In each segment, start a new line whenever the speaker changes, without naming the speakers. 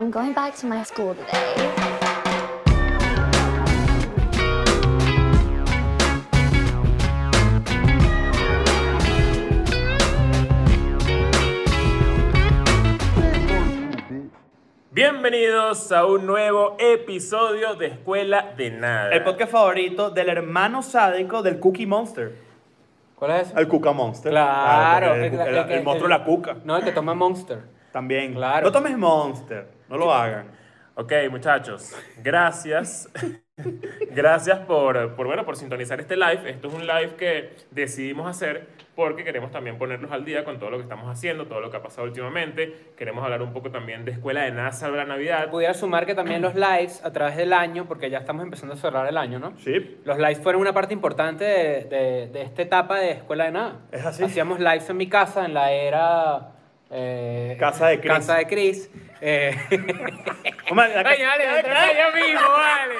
I'm going back to my school today.
Bienvenidos a un nuevo episodio de Escuela de Nada.
El podcast favorito del hermano sádico del Cookie Monster.
¿Cuál es eso?
El Cuca Monster.
Claro,
Ah, porque el,
es la-
el-
es que-
el monstruo de la cuca.
No, el que toma Monster.
También.
Claro.
No tomes Monster. No lo hagan.
Ok, muchachos, gracias. gracias por, por, bueno, por sintonizar este live. Esto es un live que decidimos hacer porque queremos también ponernos al día con todo lo que estamos haciendo, todo lo que ha pasado últimamente. Queremos hablar un poco también de Escuela de Nada, Salve la Navidad.
Pudiera sumar que también los lives a través del año, porque ya estamos empezando a cerrar el año, ¿no?
Sí.
Los lives fueron una parte importante de, de- de esta etapa de escuela de nada.
Es así.
Hacíamos lives en mi casa, en la era. eh,
Casa de Chris.
Casa de Chris. Eh,
Hombre, la
Ay,
casa-
vale,
la
entre
casa-
ella mismo, vale.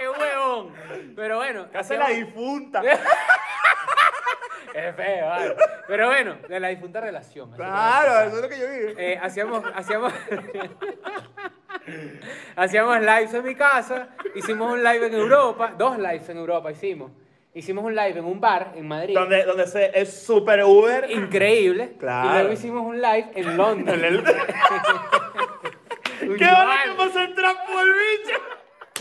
Qué huevón. Pero bueno.
casa de la
hacíamos-
difunta.
Es feo, vale. Pero bueno, de la difunta relación. así que
Claro, eso es lo que yo vi.
Eh, hacíamos, hacíamos, hacíamos lives en mi casa, hicimos un live en Europa, dos lives en Europa hicimos. Hicimos un live en un bar en Madrid,
Donde, donde se, es super Uber.
increíble.
Claro.
Y luego hicimos un live en Londres.
En el-
¡Qué
¡Qué vale que pasó el trapo el bicho!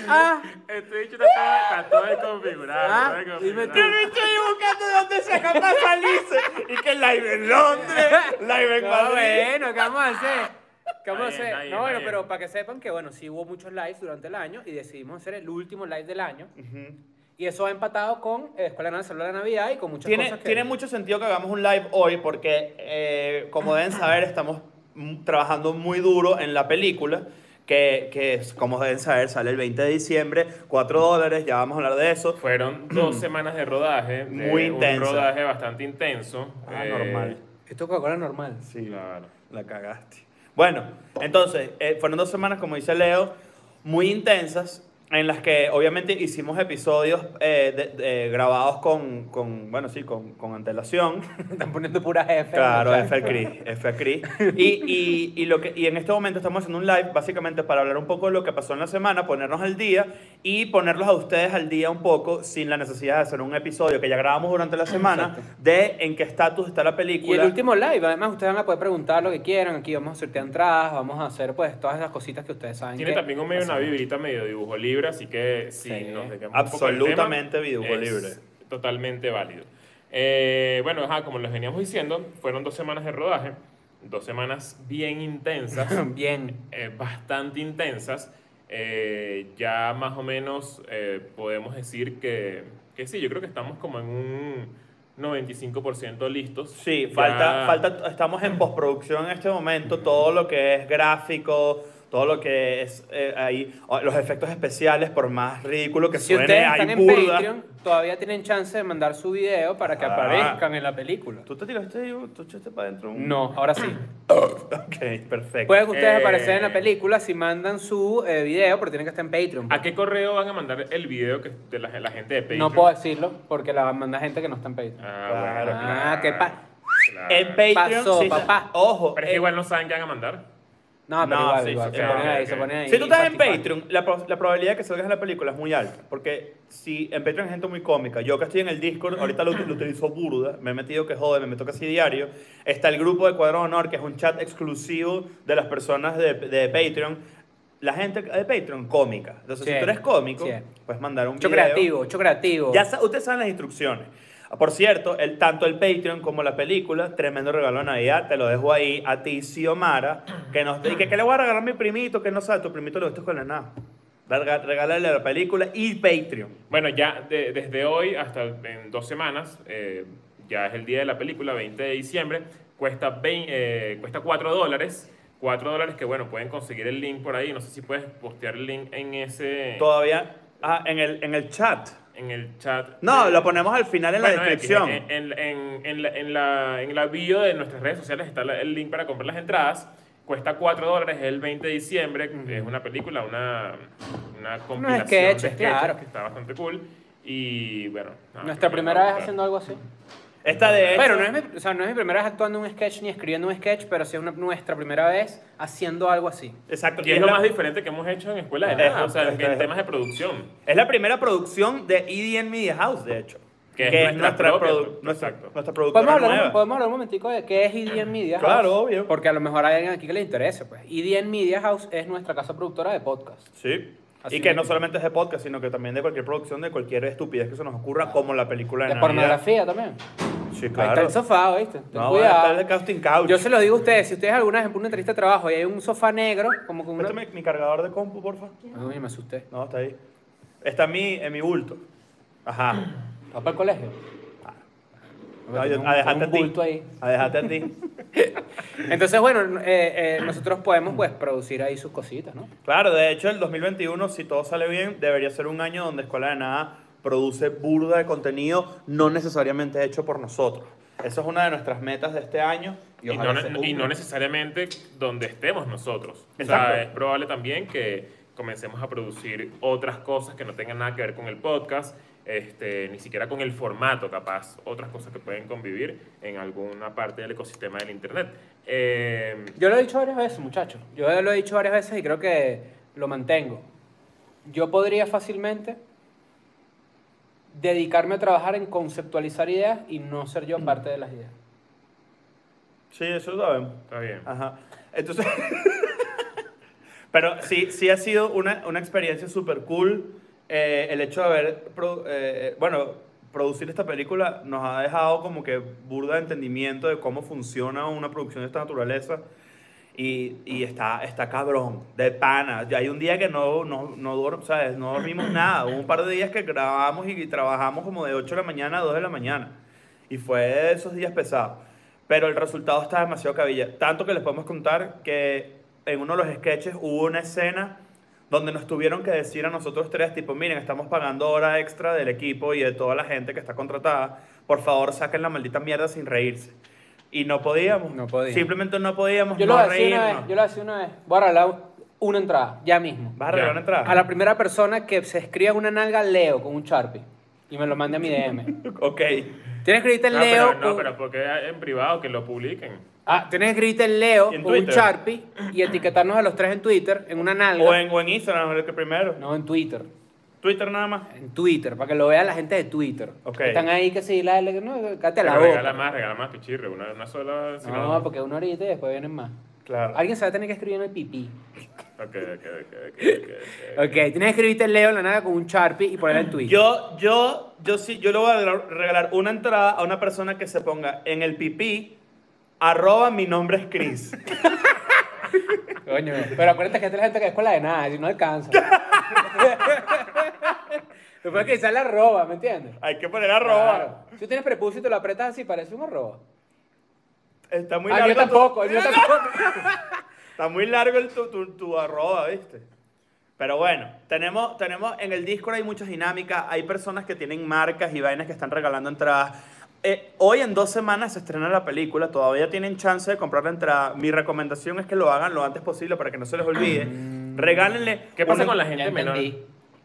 Ah,
Este bicho está todo, está todo desconfigurado.
Ah,
todo desconfigurado.
dime
El bicho ahí buscando de dónde se acaba de salirse. Y que live en Londres, live en
no,
Madrid.
bueno, ¿qué vamos a hacer? ¿Qué vamos a
Está bien,
hacer?
está bien,
no,
está
bueno,
bien.
pero para que sepan que, bueno, sí hubo muchos lives durante el año y decidimos hacer el último live del año. Y eso ha empatado con eh, Escuela Nacional de la Navidad y con muchas
Tiene,
cosas que...
tiene mucho sentido que hagamos un live hoy porque, eh, como deben saber, estamos mm, trabajando muy duro en la película. Que, que es, como deben saber, sale el 20 de diciembre, 4 dólares, ya vamos a hablar de eso.
Fueron dos semanas de rodaje. de
Muy intenso.
Un rodaje bastante intenso.
Ah,
Eh,
normal.
Esto es Coca-Cola normal.
Sí,
Claro.
La cagaste. Bueno, entonces, eh, fueron dos semanas, como dice Leo, muy intensas, en las que obviamente hicimos episodios eh, de- de- grabados con, con, bueno, sí, con, con antelación.
Están poniendo pura F.
Claro, F al Cris, F al Cris. Y, y, y, lo que, y en este momento estamos haciendo un live básicamente para hablar un poco de lo que pasó en la semana, ponernos al día y ponerlos a ustedes al día un poco sin la necesidad de hacer un episodio que ya grabamos durante la semana de en qué estatus está la
Y
película.
el último live, además ustedes van a poder preguntar lo que quieran. Aquí vamos a sortear entradas, vamos a hacer pues todas esas cositas que ustedes saben.
Tiene
que-
también un medio, una vibrita medio dibujo libre, así que si
Sí.
nos dedicamos un poco al
Absolutamente
tema,
dibujo
es
libre.
Totalmente válido. Eh, bueno, ajá, como les veníamos diciendo, fueron dos semanas de rodaje, dos semanas bien intensas,
Bien.
eh, bastante intensas. Eh, ya más o menos eh, podemos decir que, que sí, yo creo que estamos como en un 95% listos.
Sí,
Ya-
falta, falta, estamos en postproducción en este momento, todo lo que es gráfico, todo lo que es eh, ahí, o- los efectos especiales, por más ridículo que
Si
suene,
ustedes
hay
están en
burda.
Patreon, todavía tienen chance de mandar su video para que
Ah.
aparezcan en la película.
¿Tú te tiraste, Diego? ¿Tú echaste para adentro? un-
No, ahora sí.
Ok, perfecto.
Pueden ustedes
Eh.
aparecer en la película si mandan su eh, video, pero tienen que estar en
Ah,
Patreon.
¿A qué correo van a mandar el video que, de la, la gente de Patreon?
No puedo decirlo porque la manda gente que no está en Patreon.
Ah,
Claro,
bueno,
Ah, qué pa- Eh,
claro.
en Patreon,
Pasó,
sí,
papá.
Ojo.
Pero es
eh,
que igual no saben qué van a mandar.
No, pero
No,
igual,
sí,
igual,
sí,
se
ok,
ponen ahí,
ok.
se ponen ahí.
Si tú estás en
participando.
Patreon, la, pro- la probabilidad de que salgas en la película es muy alta. Porque si en Patreon hay gente muy cómica. Yo que estoy en el Discord, ahorita lo, lo utilizo burda. Me he metido que jode, me meto casi diario. Está el grupo de Cuadro de Honor, que es un chat exclusivo de las personas de, de Patreon. La gente de Patreon, cómica. Entonces,
Sí,
si tú eres cómico,
sí.
puedes mandar un
Mucho
video.
creativo, mucho creativo.
Ya sa- ustedes saben las instrucciones. Por cierto, el, tanto el Patreon como la película, tremendo regalo de Navidad, te lo dejo ahí a ti, Xiomara, que nos y que, que le voy a regalar a mi primito, que no sabe, tu primito lo viste con la nada. Rega- Regálale la película y Patreon.
Bueno, ya de- desde hoy hasta en dos semanas, eh, ya es el día de la película, 20 de diciembre, cuesta, 20, eh, cuesta 4 dólares. 4 dólares que, bueno, pueden conseguir el link por ahí. No sé si puedes postear el link en ese...
Todavía, ah, en el, en el chat.
En el chat.
No,
de-
lo ponemos al final en la
Bueno, X, eh,
descripción.
En, en- en- en la, en la- en la bio de nuestras redes sociales está la- el link para comprar las entradas. Cuesta 4 dólares, es el 20 de diciembre. Es una película, una, una compilación
sketches,
de sketches
claro.
que está bastante cool. Y bueno. nada,
Ah,
Nuestra
creo que les
primera
va a
vez
gustar.
haciendo algo así.
Esta de hecho,
Bueno, no es, mi, o sea, no es mi primera vez actuando un sketch ni escribiendo un sketch, pero sí es una- nuestra primera vez haciendo algo así.
Exacto.
Y es lo
la-
más diferente que hemos hecho en Escuela de
Ajá.
Nada, o sea, en
Ajá.
temas de producción.
Es la primera producción de EDN Media House, de hecho.
Que es nuestra propia,
nuestra,
exacto.
nuestra productora
¿Podemos hablar, un,
nueva.
podemos hablar un momentico de qué es EDN Media House?
Claro, obvio.
Porque a lo mejor hay alguien aquí que le interese. Pues. EDN Media House es nuestra casa productora de podcast.
Sí.
Así
y que no
mismo.
solamente es de podcast, sino que también de cualquier producción, de cualquier estupidez que se nos ocurra, como la película de,
Ah. De
Navidad.
pornografía también.
Sí,
Ahí está
Ah, claro.
el sofá, ¿viste? Ten
No,
cuidado.
está el de casting couch.
Yo se lo digo a ustedes, si ustedes alguna vez en una entrevista de trabajo y hay un sofá negro, como con una...
Préstame mi cargador de compu, porfa.
Uy, me asusté.
No, está ahí. Está en mi, en mi bulto. Ajá.
¿Vas para el colegio?
No, Ah. yo-
Tengo un-
a dejarte
tengo
a
un
ti.
bulto ahí.
A dejarte a ti.
Entonces, bueno, eh, eh, nosotros podemos pues producir ahí sus cositas, ¿no?
Claro, de hecho, el 2021, si todo sale bien, debería ser un año donde Escuela de Nada produce burda de contenido no necesariamente hecho por nosotros. Esa es una de nuestras metas de este año. Y,
Y no,
ojalá se
ne- y no
cumpla.
necesariamente donde estemos nosotros. O
Exacto.
sea, es probable también que comencemos a producir otras cosas que no tengan nada que ver con el podcast, este, ni siquiera con el formato, capaz, otras cosas que pueden convivir en alguna parte del ecosistema del Internet. Eh,
Yo lo he dicho varias veces, muchachos. Yo lo he dicho varias veces y creo que lo mantengo. Yo podría fácilmente dedicarme a trabajar en conceptualizar ideas y no ser yo parte de las ideas.
Sí, eso lo sabemos.
está bien.
Ah,
Ah,
Ajá. Entonces. Pero sí, sí ha sido una, una experiencia súper cool. eh, el hecho de haber. pro- eh, bueno, producir esta película nos ha dejado como que burda de entendimiento de cómo funciona una producción de esta naturaleza. Y, y está, está cabrón, de pana. Ya hay un día que no, no, no, duermo, ¿sabes? no dormimos nada. Hubo un par de días que grabamos y trabajamos como de 8 de la mañana a 2 de la mañana. Y fue de esos días pesados. Pero el resultado está demasiado cabilla. Tanto que les podemos contar que en uno de los sketches hubo una escena donde nos tuvieron que decir a nosotros tres, tipo, miren, estamos pagando hora extra del equipo y de toda la gente que está contratada. Por favor, saquen la maldita mierda sin reírse. Y no podíamos.
No podíamos.
Simplemente no podíamos
Yo
no
lo hacía una vez,
reírnos.
yo lo hacía una vez. Voy a regalar una entrada, ya mismo.
¿Vas a arreglar una entrada?
A la primera persona que se escriba una nalga, leo con un Sharpie. Y me lo mande a mi DM.
Ok.
Tienes que escribirte el
No,
Leo.
pero, no,
con-
pero porque en privado que lo publiquen.
Ah, tienes que escribirte el Leo
¿Y en
con un
Twitter?
Sharpie y etiquetarnos a los tres en Twitter, en una nalga.
O en, o en Instagram, el que primero.
No, en Twitter.
Twitter nada más.
En Twitter, para que lo vea la gente de Twitter.
Ok.
Están ahí que sí, la L, no, cállate la
Pero regala
boca.
más, regala más, pichirre. Una, una sola. si
No, porque una horita y después vienen más.
Claro.
Alguien se va a tener que escribir en el pipí.
Ok, ok, ok, ok, ok, ok.
Ok, tienes que escribirte el Leo en la nalga con un Sharpie y ponerla en Twitter.
Yo, yo, yo sí, yo le voy a regalar- regalar una entrada a una persona que se ponga en el pipí, arroba mi nombre es Chris.
Coño, pero acuérdate que esta es la gente que es escuela de nada, si no alcanza. Después que quizás la arroba, ¿me entiendes?
Hay que poner arroba.
Claro. Si tú tienes prepucio y te lo apretas así, parece un arroba.
Está muy
Ah,
largo.
yo
tu-
tampoco, yo tampoco.
Está muy largo el tu, tu- tu arroba, ¿viste? Pero bueno, tenemos, tenemos en el Discord hay muchas dinámicas, hay personas que tienen marcas y vainas que están regalando entradas. Eh, hoy en dos semanas se estrena la película, todavía tienen chance de comprar la entrada. Mi recomendación es que lo hagan lo antes posible para que no se les olvide. Regálenle.
¿Qué pasa
una-
con la gente menor?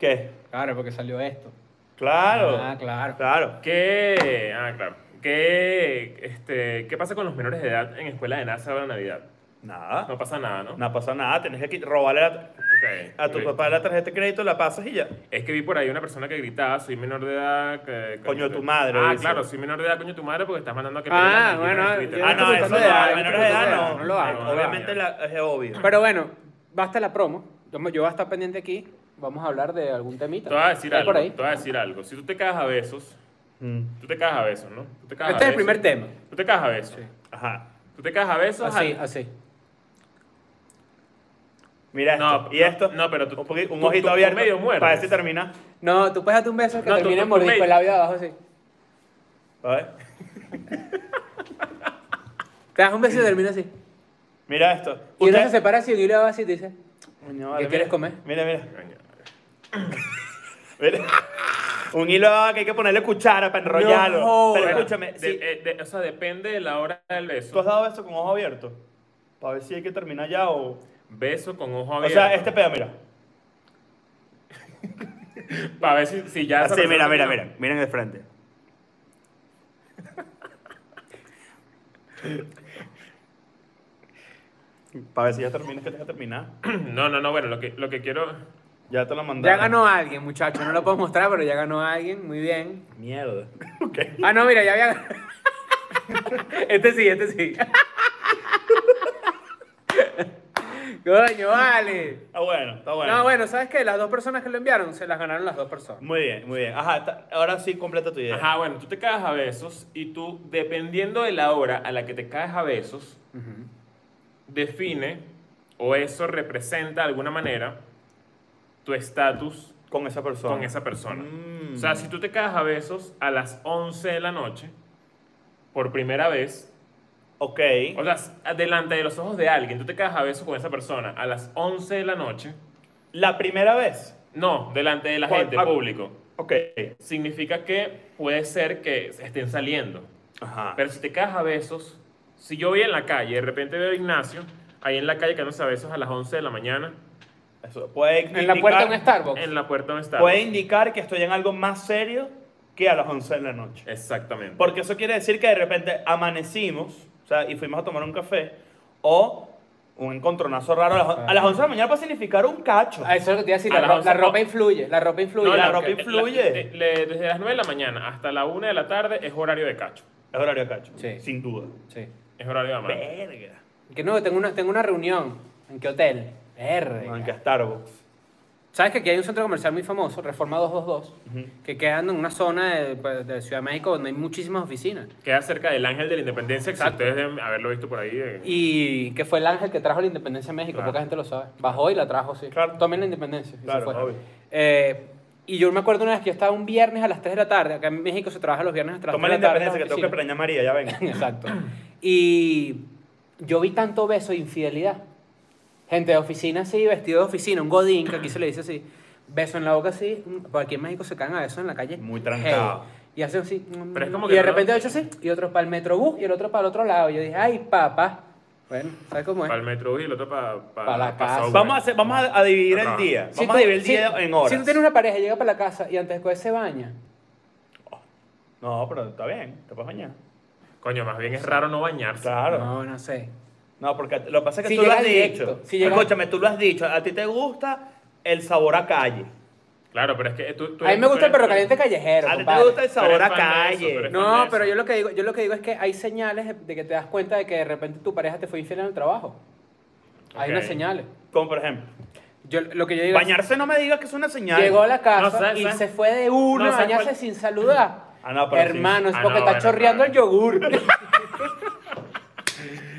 ¿Qué?
Claro, porque salió esto.
Claro.
Ah, claro.
Claro.
¿Qué? Ah, claro. ¿Qué, este, ¿Qué pasa con los menores de edad en escuela de NASA ahora en Navidad?
Nada.
No
No,
pasa nada, ¿no?
pasa nada. Tenés que qui- robarle la-
Ok,
a tu
ok.
papá la tarjeta de crédito, la pasas y ya.
Es que vi por ahí una persona que gritaba, soy menor de edad. que- que-
Coño tu madre,
Ah,
dice.
claro, soy menor de edad, coño tu madre, porque estás mandando a que te digan
Ah,
aquí en
bueno.
Twitter.
yo
Ah,
estoy
no, eso
tratando
no,
dar-
menores
estoy
de
tratando
edad
dar,
no.
No lo hago.
No,
no lo hago.
Obviamente la- es obvio.
Pero bueno, basta la promo. Yo me- yo voy a estar pendiente aquí. Vamos a hablar de algún temita.
Te voy a decir
Ahí
algo.
por ahí.
Te voy a decir algo. Si tú te cagas a besos,
Mm.
tú te cagas a besos, ¿no? Tú te cagas
Este
a
es el
besos.
primer tema.
Tú te cagas a besos.
Ajá.
Tú te cagas a besos.
Así,
al-
así.
Mira esto.
No,
¿Y
no,
esto?
no, pero tú-
Un, poquito- un
tú-
ojito
tú- tú
abierto.
medio muerdes.
Para ver si termina.
No, tú puedes darte un beso que
No, tú-
termine
tú- tú
en mordisco
me-
el labio de abajo así.
A ver.
Te das un beso y termina así.
Mira esto.
Y uno
Usted-
se separa así y uno le va así y te dice.
Coño, vale,
¿Qué quieres
mira.
comer?
Mira, mira.
Coño,
Mira. un hilo que hay que ponerle cuchara para enrollarlo.
jodas.
pero
Bueno,
escúchame,
de-
si-
eh, de- o sea, depende de la hora del
¿tú has
beso.
dado esto con ojo abierto? Para ver si hay que terminar ya o...
Beso con ojo
O
abierto.
sea, este pedo, mira.
Para ver si, si ya. esa
Así, mira,
persona-
mira, mira. Miren de frente. Para ver si ya terminas, que tenga terminado.
No, no, no, bueno, lo que, lo que quiero.
Ya te lo mandé.
Ya ganó alguien, muchachos. No lo puedo mostrar, pero ya ganó alguien. Muy bien.
Mierda. Ok.
Ah, no, mira, ya había ganado. Este sí, este sí. Coño, vale.
Está Ah, bueno, está bueno.
No, bueno, ¿sabes qué? Las dos personas que lo enviaron se las ganaron las dos personas.
Muy bien, muy bien. Ajá, está- ahora sí completa tu idea.
Ajá, bueno, tú te caes a besos y tú, dependiendo de la hora a la que te caes a besos, define o eso representa de alguna manera tu estatus
Con esa persona.
con esa persona.
Mm.
O sea, si tú te caes a besos a las 11 de la noche, por primera vez,
Ok.
o sea, delante de los ojos de alguien, tú te caes a besos con esa persona a las 11 de la noche,
La primera vez.
no, delante de la
¿Cuál?
gente,
Ah.
público,
Ok.
significa que puede ser que estén saliendo.
Ah.
Ajá.
Pero si te caes a besos, si yo voy en la calle, de repente veo a Ignacio ahí en la calle quedándose a besos a las 11 de la mañana,
Eso puede
En la puerta de
indicar-
un Starbucks.
en la puerta donde está.
Puede indicar que estoy en algo más serio que a las 11 de la noche.
Exactamente.
Porque eso quiere decir que de repente amanecimos, o sea, y fuimos a tomar un café, o un encontronazo raro a las, on- a las 11 de la mañana puede significar un cacho.
Ah, eso es lo que te iba a decir.
A
La,
las
ro-
once,
la ropa
no.
influye. La ropa influye.
No, la
porque-
ropa influye.
la-
influye.
le- desde las 9 de la mañana hasta la 1 de la tarde es horario de cacho.
Es horario de cacho,
Sí.
sin duda.
Sí.
Es horario de amar.
Verga.
Que no, tengo una, tengo una reunión. ¿En qué hotel? Verde.
No, en que a Starbucks.
¿Sabes que aquí hay un centro comercial muy famoso, Reforma 222, que queda en una zona de, pues, de Ciudad de México donde hay muchísimas oficinas?
Queda cerca del Ángel de la Independencia, que si ustedes deben haberlo visto por ahí. eh,
Y que fue el ángel que trajo la independencia a México,
Claro.
poca gente lo sabe. Bajó y la trajo, sí.
Claro.
Tomen la independencia. Y se
Claro,
fue.
obvio.
Eh, y yo me acuerdo una vez que yo estaba un viernes a las 3 de la tarde, acá en México se trabaja los viernes hasta las
Toma
3
la
de la tarde.
independencia que tengo que
en
preñar a María, ya venga.
las oficinas. Exacto. Y yo vi tanto beso de infidelidad. Gente de oficina así, vestido de oficina, un godín, que aquí se le dice así. Beso en la boca así. Por aquí en México se caen a besos en la calle.
Muy trancado.
Heavy. Y hacen así. mm,
Pero es como
y
que
de
no-
repente yo así. Y otro para el metrobús y el otro para el otro lado. Yo dije, ay, papá. Bueno, ¿sabes cómo es?
Para el metro y el otro para
pues, Pa' la casa.
Vamos a, hacer- vamos a a dividir el
Ajá.
día.
Si
Vamos a
tú-
dividir el
si-
día en horas.
Si tú tienes una pareja, llega para la casa y antes de coger se baña.
No, pero está bien, te puedes bañar.
Coño, más bien es raro no bañarse.
Claro.
No, no sé.
No, porque lo que pasa es que
Si
tú lo
llega
has
directo,
dicho.
si llega-
Escúchame, tú lo has dicho. A ti te gusta el sabor a calle.
Claro, pero es que tú. tú
A mí
eres-
me gusta
tú
el perro
eres-
caliente callejero,
a ti te
compadre.
gusta el sabor a
fan de eso,
calle.
tú eres fan de
No,
eso.
pero yo lo que digo, yo lo que digo es que hay señales de- de que te das cuenta de que de repente tu pareja te fue infiel en el trabajo. Hay
Ok.
unas señales.
Como por ejemplo,
Yo lo que yo digo es-
bañarse no me digas que es una señal.
llegó a la casa
No, ¿sabes-
y
sabes?
se fue de una
No,
a
¿sabes
bañarse
cuál?
sin saludar.
Ah, no, pero
Hermano, es
sí. Ah,
porque
no,
está
bueno,
chorreando
pero-
el yogur.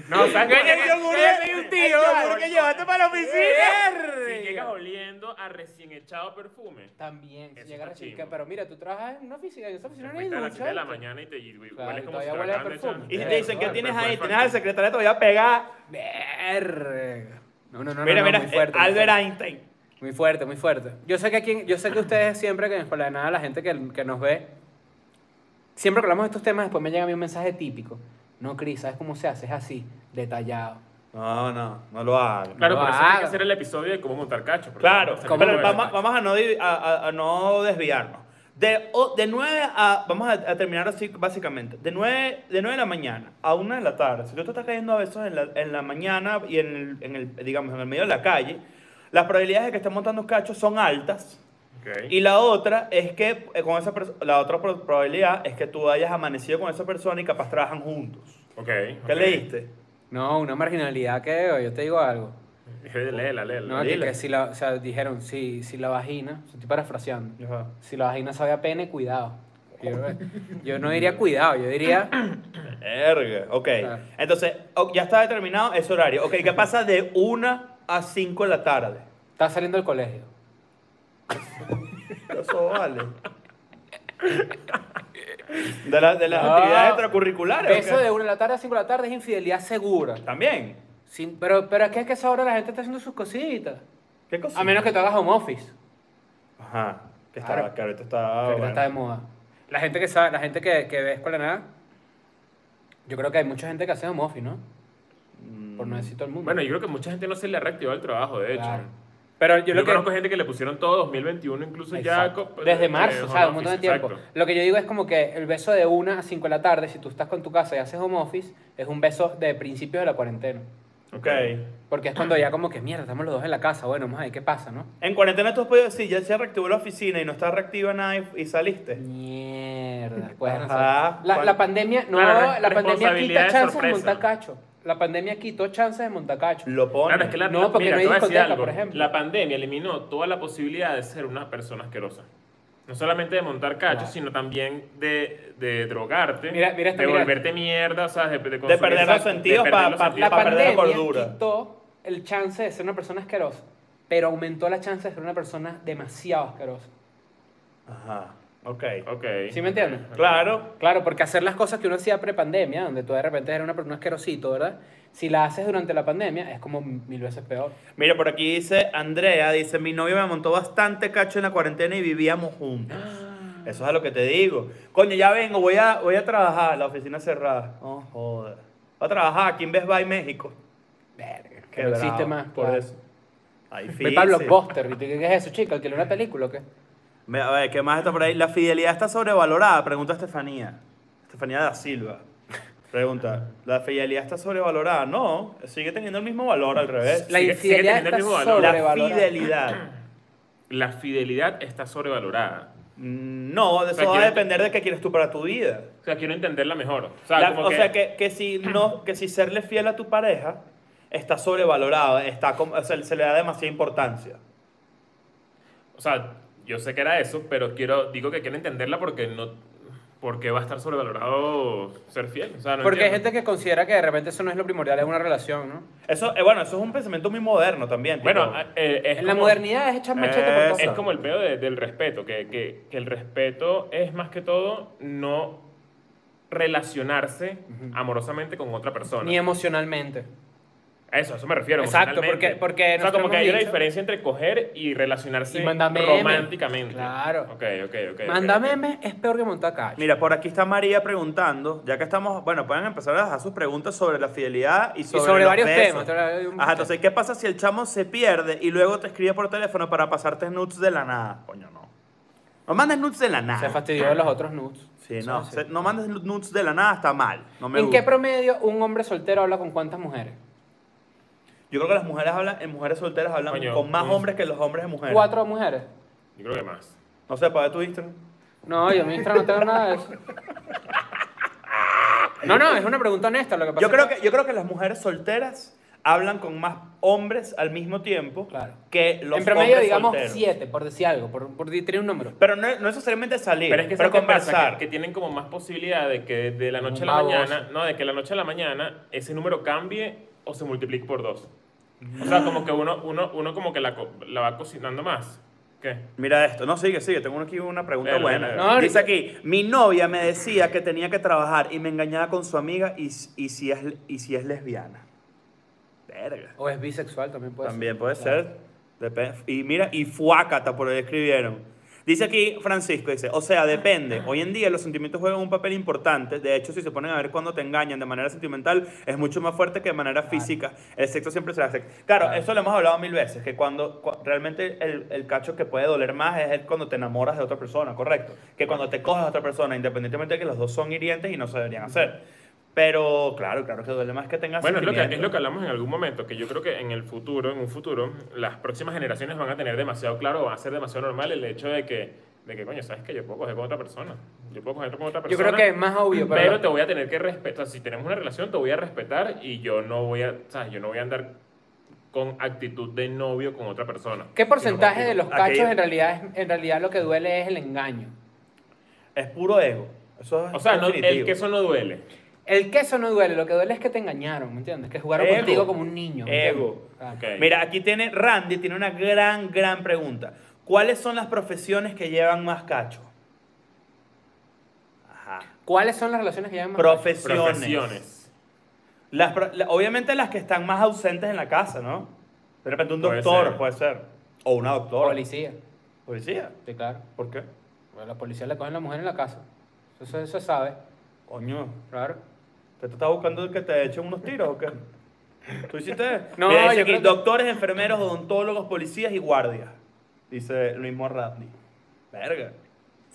No, ¿sabes cuál es?
llevaste para la
Si llegas oliendo a recién echado perfume.
También, si
Eso
llega
está
recién,
chimbo.
que- pero mira, tú trabajas en una oficina, en esa oficina no
Te
hay
fuiste a
ducha.
las 7 de la
¿viste?
mañana y te y hueles
Claro,
como si
todavía
te
huele a
acaban de echar.
perfume.
Y te dicen, ¿qué
Claro,
tienes
pues,
pero fue
ahí? Tienes al
fantástico.
secretario todavía pegada.
Verga. No, no, no,
Mira,
no,
mira,
muy fuerte.
eh,
muy
Albert
fuerte.
Einstein.
Muy fuerte, muy fuerte. Yo sé que aquí, yo sé que ustedes siempre que en Escuela de Nada, la gente que, que nos ve, siempre que hablamos de estos temas, después me llega a mí un mensaje típico. No, Cris, ¿sabes cómo se hace? Es así, detallado.
No, no, no lo hagas.
Claro,
No
por eso tiene que
haga.
hacer el episodio de cómo montar cacho. porque
Claro,
no se
¿Cómo
pero
puede.
lo
vamos, vamos a, no, divi- a- a- a no desviarnos. De, o- de 9 a. Vamos a, a terminar así, básicamente. De 9, de 9 de la mañana a 1 de la tarde. Si tú te estás cayendo a besos en la, en la mañana y en el, en el, digamos, en el medio de la calle, las probabilidades de que estén montando cachos son altas.
Ok.
Y la otra es que eh, con esa perso- la otra pro- probabilidad es que tú hayas amanecido con esa persona y capaz trabajan juntos.
Ok, ok.
¿Qué leíste?
No, una marginalidad que yo te digo algo.
Léela, léela.
No, que,
Dile.
que si la, o sea, dijeron, si, si la vagina, estoy parafraseando,
Ajá.
si la vagina sabe a pene, cuidado. Y Yo, yo no diría cuidado, yo diría
Verga, ok.
Claro.
Entonces, o- ya está determinado ese horario. Ok, ¿qué pasa de 1 a 5 de la tarde?
está saliendo del colegio.
Eso vale. De, la- de las
No.
actividades extracurriculares. ¿o
Eso
qué?
de una de la tarde a 5 de la tarde es infidelidad segura.
También.
Sin- pero, pero es que es que a esa hora la gente está haciendo sus cositas.
¿Qué cosa?
A menos que tú hagas home office,
Ajá. Que, está,
Claro.
que ahorita está.
que ahorita
Ah, bueno.
está de moda. La gente que sabe, la gente que, que ve escuela de nada, yo creo que hay mucha gente que hace home office, ¿no? Por no decir todo el mundo.
Bueno, yo creo que mucha gente no se le ha reactivado el trabajo, de hecho.
Claro. Pero yo,
Yo,
lo que...
conozco gente que le pusieron todo 2021, incluso
Exacto.
ya. co-
Desde
eh,
marzo, o
home
sea, un montón de
office,
tiempo.
exacto.
Lo que yo digo es como que el beso de una a 5 de la tarde, si tú estás con tu casa y haces home office, es un beso de principios de la cuarentena.
Ok.
Porque es cuando ya como que, mierda, estamos los dos en la casa, bueno, vamos a ver qué pasa, ¿no?
En cuarentena tú has podido decir, ya se reactivó la oficina y no está reactiva nada y, y saliste.
Mierda. Pues,
Ajá.
no sé. la, la pandemia, no,
Claro, re-
la pandemia quita
responsabilidad de
chances de
sorpresa.
montar cacho. La pandemia quitó chances de montar cacho.
Lo pone.
Claro, es que la,
No,
la-
porque
mira,
no hay
te voy a decir
discoteca,
algo.
por ejemplo.
La pandemia eliminó toda la posibilidad de ser una persona asquerosa. No solamente de montar cachos,
Claro.
sino también de, de drogarte,
Mira- mira esta,
de
mira.
volverte mierda, o sea, de, de,
De
consumir-
perder los
Exacto,
sentidos
de
pa-
perder los
pa-
sentidos.
La
para perder
pandemia
la gordura.
quitó el chance de ser una persona asquerosa, pero aumentó la chance de ser una persona demasiado asquerosa.
Ajá. Ok.
Ok.
¿Sí me entiendes?
Claro.
Claro, porque hacer las cosas que uno hacía pre-pandemia, donde tú de repente eras una, un asquerosito, ¿verdad? Si la haces durante la pandemia, es como mil veces peor.
Mira, por aquí dice Andrea, dice, mi novio me montó bastante cacho en la cuarentena y vivíamos juntos. Eso es a lo que te digo. Coño, ya vengo, voy a, voy a trabajar, la oficina cerrada. No joder. Voy a trabajar aquí en Best Buy México.
Verga, que
Qué
no
bravo,
existe más.
Por
claro.
eso. Ahí
Ve para Blockbuster. ¿Y tú qué es eso, chica? ¿Alquilé una película o qué?
Me- A ver, ¿qué más está por ahí? La fidelidad está sobrevalorada, pregunta Estefanía. Estefanía da Silva. Pregunta, ¿la fidelidad está sobrevalorada? No, sigue teniendo el mismo valor al revés.
La
Sigue- sigue
infidelidad
teniendo el
está
mismo valor.
La
sobrevalorada.
fidelidad.
La fidelidad está sobrevalorada.
Mm, No, de
sea,
eso va a
quiero-
depender de qué quieres tú para tu vida.
O sea, quiero entenderla mejor. O sea,
La-
como
o
que,
sea, que, que si no, que si serle fiel a tu pareja está sobrevalorado, está como- o sea, se le da demasiada importancia.
o sea, yo sé que era eso, pero quiero, digo que quiero entenderla porque no, porque va a estar sobrevalorado ser fiel. O sea, no
Porque hay
entiendo.
gente que considera que de repente eso no es lo primordial, es una relación, ¿no?
Eso, eh, bueno, eso es un pensamiento muy moderno también. tipo,
Bueno, eh, es
En la
como-
modernidad es echar machete por
Eh,
todo.
Es como el pedo de- del respeto, que, que- que el respeto es más que todo no relacionarse amorosamente con otra persona.
Ni emocionalmente.
a eso, a eso me refiero.
Exacto,
emocionalmente.
porque- porque
o sea,
nosotros
como que
hemos
hay una
dicho-
diferencia entre coger y relacionarse
Y mandar memes.
románticamente.
Claro.
Ok, ok, ok. ok.
Manda memes es peor que montar cacho.
Mira, por aquí está María preguntando, ya que estamos, bueno, pueden empezar a dejar sus preguntas sobre la fidelidad y sobre,
sobre
los
varios
besos.
temas, sobre-
Ajá, entonces, ¿qué pasa si el chamo se pierde y luego te escribe por teléfono para pasarte nudes de la nada? Coño, no. No mandes nudes de la nada.
Se fastidió de los otros nudes.
Sí,
Eso
no,
es así.
se- no mandes nudes de la nada, está mal. No me
¿En qué
gusta.
promedio un hombre soltero habla con cuántas mujeres?
Yo creo que las mujeres hablan, en mujeres solteras hablan
Coño,
con más
un-
hombres que los hombres en mujeres.
¿Cuatro mujeres?
Yo creo que más.
No sé, para ver tu Instagram.
No, yo en mi Instagram no tengo nada de eso. No, no, es una pregunta honesta. Lo que pasa
Yo
es
creo que, yo creo que las mujeres solteras hablan con más hombres al mismo tiempo
Claro.
que los
en promedio,
hombres
digamos,
solteros.
siete, por decir algo, por, por decir un número.
Pero no, no necesariamente salir,
Pero es que
pero
¿sabes qué pasa?
conversar.
Que, que tienen como más posibilidad de que de la noche a la
Vamos.
mañana, no, de que la noche a la mañana ese número cambie o se multiplique por dos. O sea, como que uno, uno, uno como que la, co- la va cocinando más. ¿Qué?
Mira esto, no, sigue, sigue, tengo aquí una pregunta
Verga,
buena.
verga.
No,
Dice
ahorita-
aquí, mi novia me decía que tenía que trabajar y me engañaba con su amiga y, s- y, si, es, y si es lesbiana. Verga.
O es bisexual también puede
También
ser.
puede
Claro.
ser. Depe- Y mira, y fuácata, por ahí escribieron. Dice aquí Francisco, dice, o sea, depende. Hoy en día los sentimientos juegan un papel importante. De hecho, si se ponen a ver cuando te engañan de manera sentimental, es mucho más fuerte que de manera física. El sexo siempre será sexo. Claro, eso lo hemos hablado mil veces, que cuando cu- realmente el, el cacho que puede doler más es el cuando te enamoras de otra persona, correcto. Que cuando te coges a otra persona, independientemente de que los dos son hirientes y no se deberían hacer. Pero claro, claro que duele más que tengas
Bueno, es lo, que, es
sentimientos.
lo que hablamos en algún momento, que yo creo que en el futuro, en un futuro, las próximas generaciones van a tener demasiado claro, va a ser demasiado normal el hecho de que, de que coño, ¿sabes que Yo puedo coger con otra persona. Yo puedo coger con otra
Yo
persona.
creo que es más obvio,
pero,
pero.
te voy a tener que respetar. Si tenemos una relación, te voy a respetar y yo no voy a, o sea, yo no voy a andar con actitud de novio con otra persona.
¿Qué porcentaje de los
Aquí-
cachos en realidad es- en realidad lo que duele es el engaño?
Es puro ego. Eso es
O sea, no- el
definitivo.
que eso no duele.
El queso no duele, lo que duele es que te engañaron, ¿me entiendes? Que jugaron
Ego.
contigo como un niño. ¿me
Ego.
entiendes? Claro.
Ok.
Mira, aquí tiene Randy, tiene una gran, gran pregunta. ¿Cuáles son las profesiones que llevan más cacho? Ajá.
¿Cuáles son las relaciones que llaman?
Profesiones.
profesiones.
Las pro- la- obviamente las que están más ausentes en la casa, ¿no? De repente un
Puede
doctor
ser.
puede ser. O una doctora.
Policía.
Policía.
Sí, claro.
¿Por qué?
Bueno, la policía le cogen la mujer en la casa. Eso, eso se sabe,
Coño,
claro.
¿te estás buscando que te echen unos tiros o qué? ¿Tú hiciste?
No,
Mira, dice
yo
aquí,
creo que-
doctores, enfermeros, odontólogos, policías y guardias. Dice el mismo Radley. Verga.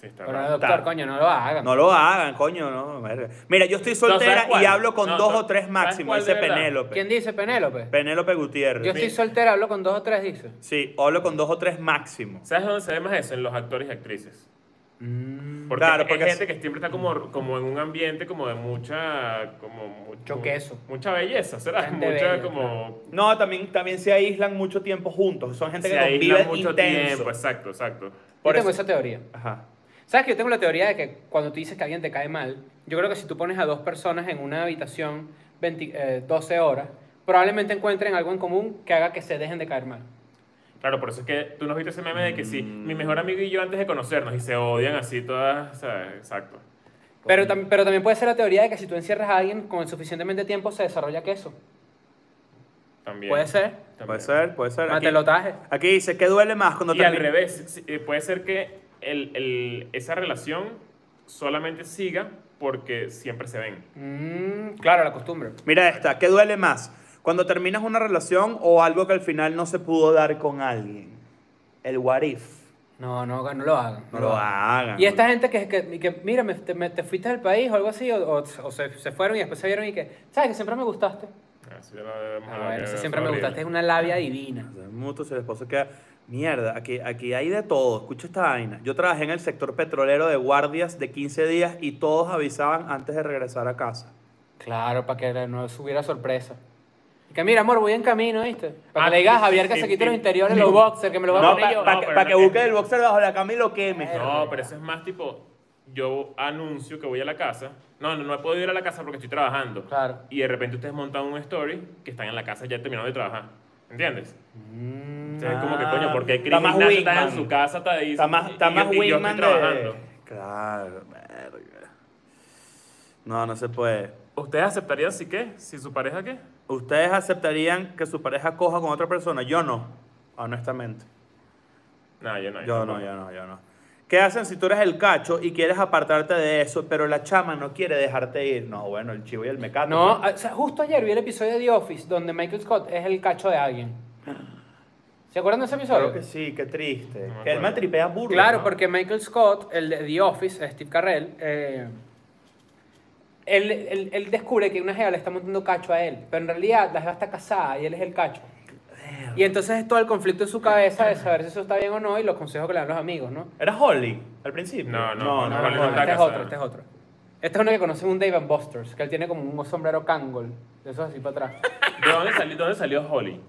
Sí, está
Pero
raro.
doctor, coño, no lo hagan.
No lo hagan, coño, no. verga. Mira, yo estoy
Ah. ¿sabes
soltera
cuál?
y hablo con
No,
dos
no,
o tres
¿sabes
máximo,
cuál de
dice
verdad?
Penélope.
¿Quién dice Penélope?
Penélope Gutiérrez.
Yo estoy
Mi-
soltera, hablo con dos o tres, dice.
Sí, hablo con dos o tres máximo.
¿Sabes dónde se ve más eso? En los actores y actrices.
Mm.
Porque
Claro,
hay
porque
gente que siempre está como, como en un ambiente como de mucha... Como mucho
Mucho queso.
Mucha belleza, ¿será?
Gente
mucha
bella,
como...
No, también, también se aislan mucho tiempo juntos. Son gente
Se
que
aíslan
convive
mucho
intenso.
tiempo. Exacto, exacto.
Por
yo tengo
eso-
esa teoría.
Ajá.
¿Sabes que yo tengo la teoría de que cuando tú dices que alguien te cae mal, yo creo que si tú pones a dos personas en una habitación 20 eh, 12 horas, probablemente encuentren algo en común que haga que se dejen de caer mal.
Claro, por eso es que tú nos viste ese meme de que sí,
Mm.
mi mejor amigo y yo antes de conocernos y se odian así todas, ¿sabes? Exacto.
Pero, tam- pero también puede ser la teoría de que si tú encierras a alguien con el suficientemente tiempo se desarrolla queso.
También.
Puede ser.
También.
Puede ser, puede ser. Aquí,
Matelotaje.
aquí dice, ¿qué duele más cuando
Y al
termina-
revés, sí, eh, puede ser que el- el- esa relación solamente siga porque siempre se ven.
Mm, claro, la costumbre.
Mira esta, ¿qué duele más? Cuando terminas una relación o algo que al final no se pudo dar con alguien. El what if.
No, no, no lo hagan.
No lo hagan.
Y esta gente que, que, que, mira, me- te, me- te fuiste del país o algo así, o, o- o se, se fueron y después se vieron y que, ¿sabes que siempre me gustaste?
Así Ah, ya lo debemos
A
hablar,
ver,
que
ese
es
Ah, siempre me
horrible.
gustaste es una labia divina.
Mutuo, si el esposo queda. Mierda, aquí, aquí hay de todo. Escucha esta vaina. Yo trabajé en el sector petrolero de guardias de 15 días y todos avisaban antes de regresar a casa.
Claro, para que no subiera sorpresa. Y que, mira, amor, voy en camino, ¿viste? Para
Ah,
que le digas a
sí,
Javier que
sí,
se
sí.
quite los interiores, los boxers, que me lo voy a
No,
poner
para
yo.
pa- no, pero no
que
es-
busque el boxer bajo la cama y lo queme.
No, pero eso es más tipo, yo anuncio que voy a la casa. No, no, no he podido ir a la casa porque estoy trabajando.
Claro.
Y de repente ustedes montan un story que están en la casa ya terminando de trabajar. ¿Entiendes? Entonces, es como que, coño, porque Chris
Ah. Está más
Ignacio está en
wingman.
su casa, está ahí.
Está más,
y-
está
y- y
más
yo
wingman
estoy
de-
trabajando.
Claro, verga. No, no se puede.
¿Ustedes aceptarían si qué? ¿Si su pareja qué?
¿Ustedes aceptarían que su pareja coja con otra persona? Yo no, honestamente.
No, yo no.
Yo no,
tampoco.
yo no, yo no. ¿Qué hacen si tú eres el cacho y quieres apartarte de eso, pero la chama no quiere dejarte ir? No, bueno, el chivo y el mecato. pues.
No, o sea, justo ayer vi el episodio de The Office donde Michael Scott es el cacho de alguien. ¿Se acuerdan de ese episodio?
Creo que sí, qué triste.
No me
que él me
acuerdo.
tripea burro.
Claro,
¿no?
porque Michael Scott, el de The Office, Steve Carrell, eh, él, él- él descubre que una jeva le está montando cacho a él, pero en realidad la jeva está casada y él es el cacho. Y entonces es todo el conflicto en su cabeza de saber si eso está bien o no y los consejos que le dan los amigos, ¿no?
¿Era Holly al principio?
No, no,
no,
no,
era
Holly no está
Holly.
este es
casada.
otro, este es otro. Este es uno que conoce un Dave and Busters, que él tiene como un sombrero Kangol, de esos así para atrás.
¿De dónde salió, dónde salió Holly?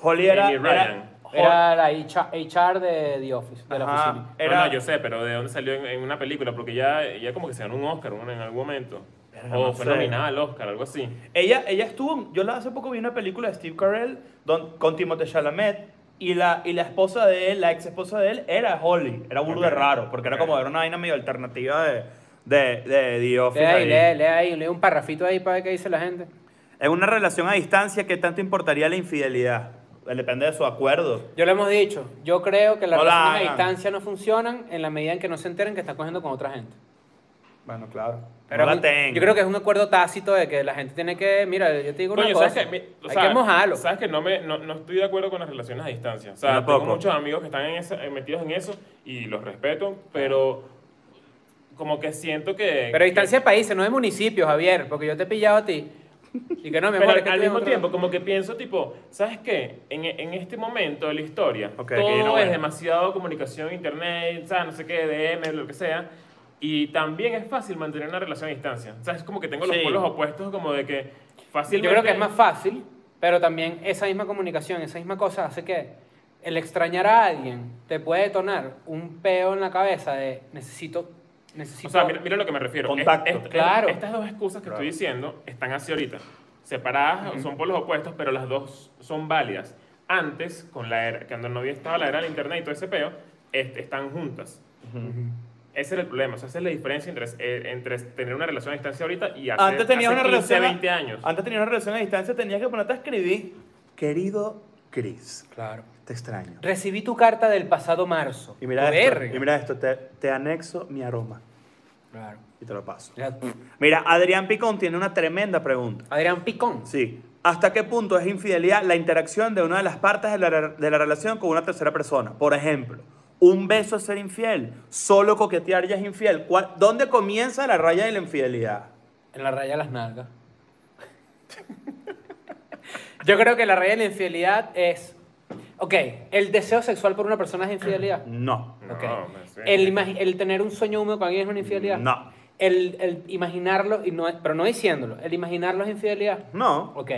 Holly era...
Amy Ryan.
era
Era la HR de The Office, de la
Ajá.
oficina.
Era-
No, no, yo sé, pero ¿de dónde salió en, en una película? Porque ya, ella como que se ganó un Oscar un- en algún momento.
Verga,
o
no
fue
sé.
nominada al Oscar, algo así.
Ella, ella estuvo, yo la- hace poco vi una película de Steve Carell don- con Timothée Chalamet y la, y la esposa de él, la ex esposa de él, era Holly. Era burro de
Ok.
raro, porque era
Ok.
como era una vaina medio alternativa de, de, de The Office
Lee ahí,
ahí.
lee, lee ahí, lee un parrafito ahí para ver qué dice la gente.
En una relación a distancia, ¿qué tanto importaría la infidelidad? Depende de su acuerdo.
Yo lo hemos dicho, yo creo que las
No la
relaciones a
hagan.
distancia no funcionan en la medida en que no se enteren que están cogiendo con otra gente.
Bueno, claro.
Pero
no la
es un-
tengo.
Yo creo que es un acuerdo tácito de que la gente tiene que, mira, yo te digo una
Coño,
cosa,
¿sabes que, mi- o
hay
sea,
que mojarlo.
¿Sabes que no, me, no, no estoy de acuerdo con las relaciones a distancia? O sea,
Yo
tengo
tampoco.
muchos amigos que están en esa- eh, metidos en eso y los respeto, pero como que siento que...
Pero
que-
a distancia de países, no de municipios, Javier, porque yo te he pillado a ti. Y que no, mi amor,
Pero
es que
al
estoy en
mismo
otro
tiempo,
lado.
como que pienso, tipo, ¿sabes qué? En, en este momento de la historia,
Ok,
todo
que no,
es
bueno.
demasiado comunicación, internet, ¿sabes? no sé qué, DM, lo que sea. Y también es fácil mantener una relación a distancia. O sea, es como que tengo los
Sí.
polos opuestos, como de que
Yo
fácilmente...
creo que es más fácil, pero también esa misma comunicación, esa misma cosa hace que el extrañar a alguien te puede detonar un peo en la cabeza de necesito, necesito...
O sea, mira, mira lo que me refiero.
Contacto.
Claro.
Estas dos excusas que
Claro.
estoy diciendo están así ahorita. Separadas, son por los opuestos, pero las dos son válidas. Antes, con la era, cuando no había estado la era del internet y todo ese peo, este, están juntas. Ese era el problema. O sea, esa es la diferencia entre, eh, entre tener una relación a distancia ahorita y hace,
Antes tenías
hace
una relación. a-
20 años.
Antes tenías una relación a distancia, tenías que ponerte a escribir. Querido Chris,
Claro.
te extraño.
Recibí tu carta del pasado marzo.
Y mira
Verga.
esto. Y mira esto, te, te anexo mi aroma
Claro.
y te lo paso.
Ya, pff.
Mira, Adrián Picón tiene una tremenda pregunta.
Adrián Picón.
Sí. ¿Hasta qué punto es infidelidad la interacción de una de las partes de la, re- de la relación con una tercera persona? Por ejemplo, un beso es ser infiel, solo coquetear ya es infiel. ¿Cuál- ¿Dónde comienza la raya de la infidelidad?
En la raya de las nalgas. Yo creo que la raya de la infidelidad es. Ok, el deseo sexual por una persona es infidelidad.
No.
No,
Ok.
pues, sí.
el, imagi- el tener un sueño húmedo con alguien es una infidelidad.
No.
El, el imaginarlo, y no, es- pero no diciéndolo, el imaginarlo es infidelidad.
No.
Ok.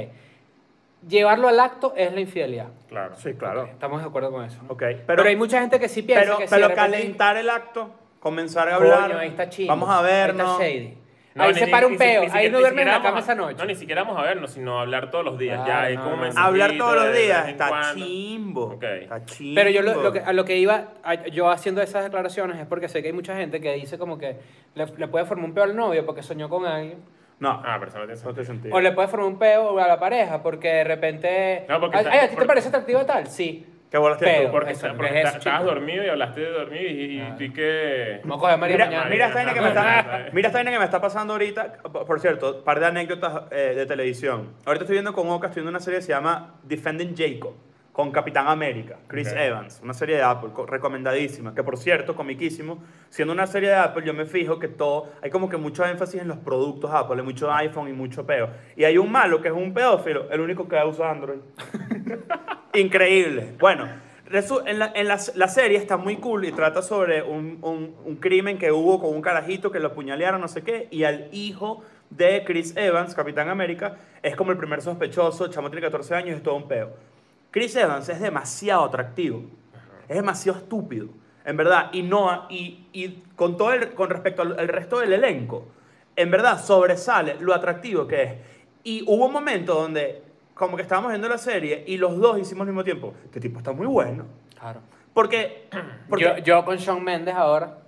Llevarlo al acto es la infidelidad.
Claro.
Sí, claro.
Estamos de acuerdo con eso. ¿no?
Ok, pero-
pero, hay mucha gente que sí piensa
Pero,
que sí,
pero
de repente-
calentar el acto, comenzar a
Coño,
hablar.
ahí está chimbo,
Vamos a ver,
ahí está
¿no?
shady.
No,
ahí
ni-
se
ni-
para un
ni siquiera-
peo,
ni
ahí
siquiera-
no
ni
duerme en
siquiera
la cama
vamos a-
esa noche.
No, ni siquiera vamos a vernos, sino hablar todos los días.
Claro,
ya, hay
no,
como
no.
mensajito
Hablar todos
de
los
vez
días
en
está
cuando.
chimbo.
Ok.
Está chimbo.
Pero yo lo, lo que, a lo que iba, a- yo haciendo esas declaraciones es porque sé que hay mucha gente que dice como que le, le puede formar un peo al novio porque soñó con alguien.
No,
Ah, pero eso no tiene
no
sentido.
te sentí.
O le puede formar un peo a la pareja porque de repente...
No, porque
ay,
está-
ay, ¿a ti
porque-
te parece atractiva tal? Sí.
¿Qué bolas tienes
Pero-
tú?
Porque,
Eso,
está- porque
¿qué es
está- Ah.
eso,
estabas
chico?
dormido y hablaste de dormir y, y, y tú y que...
Vamos a coger a María
Mira,
mañana.
mira esta vaina que me está,
Ajá.
mira esta vaina que me está pasando ahorita. Por por cierto, par de anécdotas eh, de televisión. Ahorita estoy viendo con Oca, estoy viendo una serie que se llama Defending Jacob, con Capitán América, Chris
Ok.
Evans. Una serie de Apple, co- recomendadísima. Que por cierto, comiquísimo. Siendo una serie de Apple, yo me fijo que todo. Hay como que mucho énfasis en los productos Apple, hay mucho iPhone y mucho peo. Y hay un malo que es un pedófilo, el único que usa Android. Increíble. Bueno, resu- en, la, en la, la serie está muy cool y trata sobre un, un- un crimen que hubo con un carajito que lo apuñalearon, no sé qué, y al hijo de Chris Evans, Capitán América, es como el primer sospechoso, el chamo tiene 14 años y es todo un peo. Chris Evans es demasiado atractivo, es demasiado estúpido, en verdad, y no, y, y con, todo el, con respecto al al resto del elenco, en verdad sobresale lo atractivo que es. Y hubo un momento donde como que estábamos viendo la serie y los dos hicimos al mismo tiempo, este tipo está muy bueno.
Claro.
Porque, porque
Yo, yo con Sean Méndez ahora,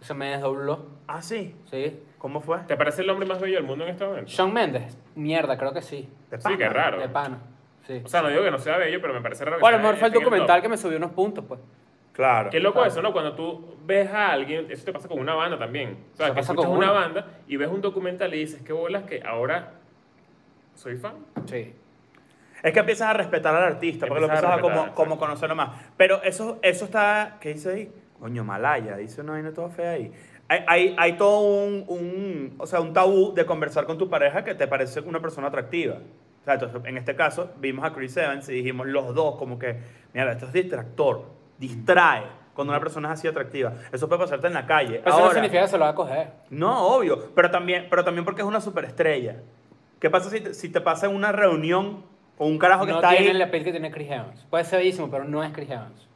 se me desdobló,
ah, sí,
¿sí?
¿cómo fue?
¿Te parece el hombre más bello del mundo en este momento?
Sean Méndez, mierda, creo que sí.
De
Sí,
pana.
qué raro.
De pana, sí.
O sea, no digo que no sea bello, pero me parece raro. que
O a lo
sea
mejor fue el
este en top.
documental que me subió unos puntos, pues.
Claro.
Qué loco eso, ¿no? Cuando tú ves a alguien, eso te pasa con una banda también. O sea,
Eso
que
pasa
escuchas
con
una
uno.
banda y ves un documental y dices, qué bolas que ahora soy fan.
Sí.
Es que empiezas a respetar al artista, porque lo
Empiezas a
empiezas a como,
respetar,
como
exacto.
conocerlo más. Pero eso, eso está, ¿qué dice ahí? Coño, Malaya, dice una vaina toda fea ahí. Hay, hay, hay todo un, un- o sea, un tabú de conversar con tu pareja que te parece una persona atractiva. O sea, entonces, en este caso, vimos a Chris Evans y dijimos los dos como que, mira, esto es distractor, distrae cuando una persona es así atractiva. Eso puede pasarte en la calle.
Pues
Pero Pues eso no
Ahora-
significa que se lo va a coger.
no, obvio, pero también, pero también porque es una superestrella. ¿Qué pasa si te, si te pasa en una reunión con un carajo que
No
está
tiene
ahí?
el apel que tiene Chris Evans. Puede ser bellísimo, pero no es Chris Evans.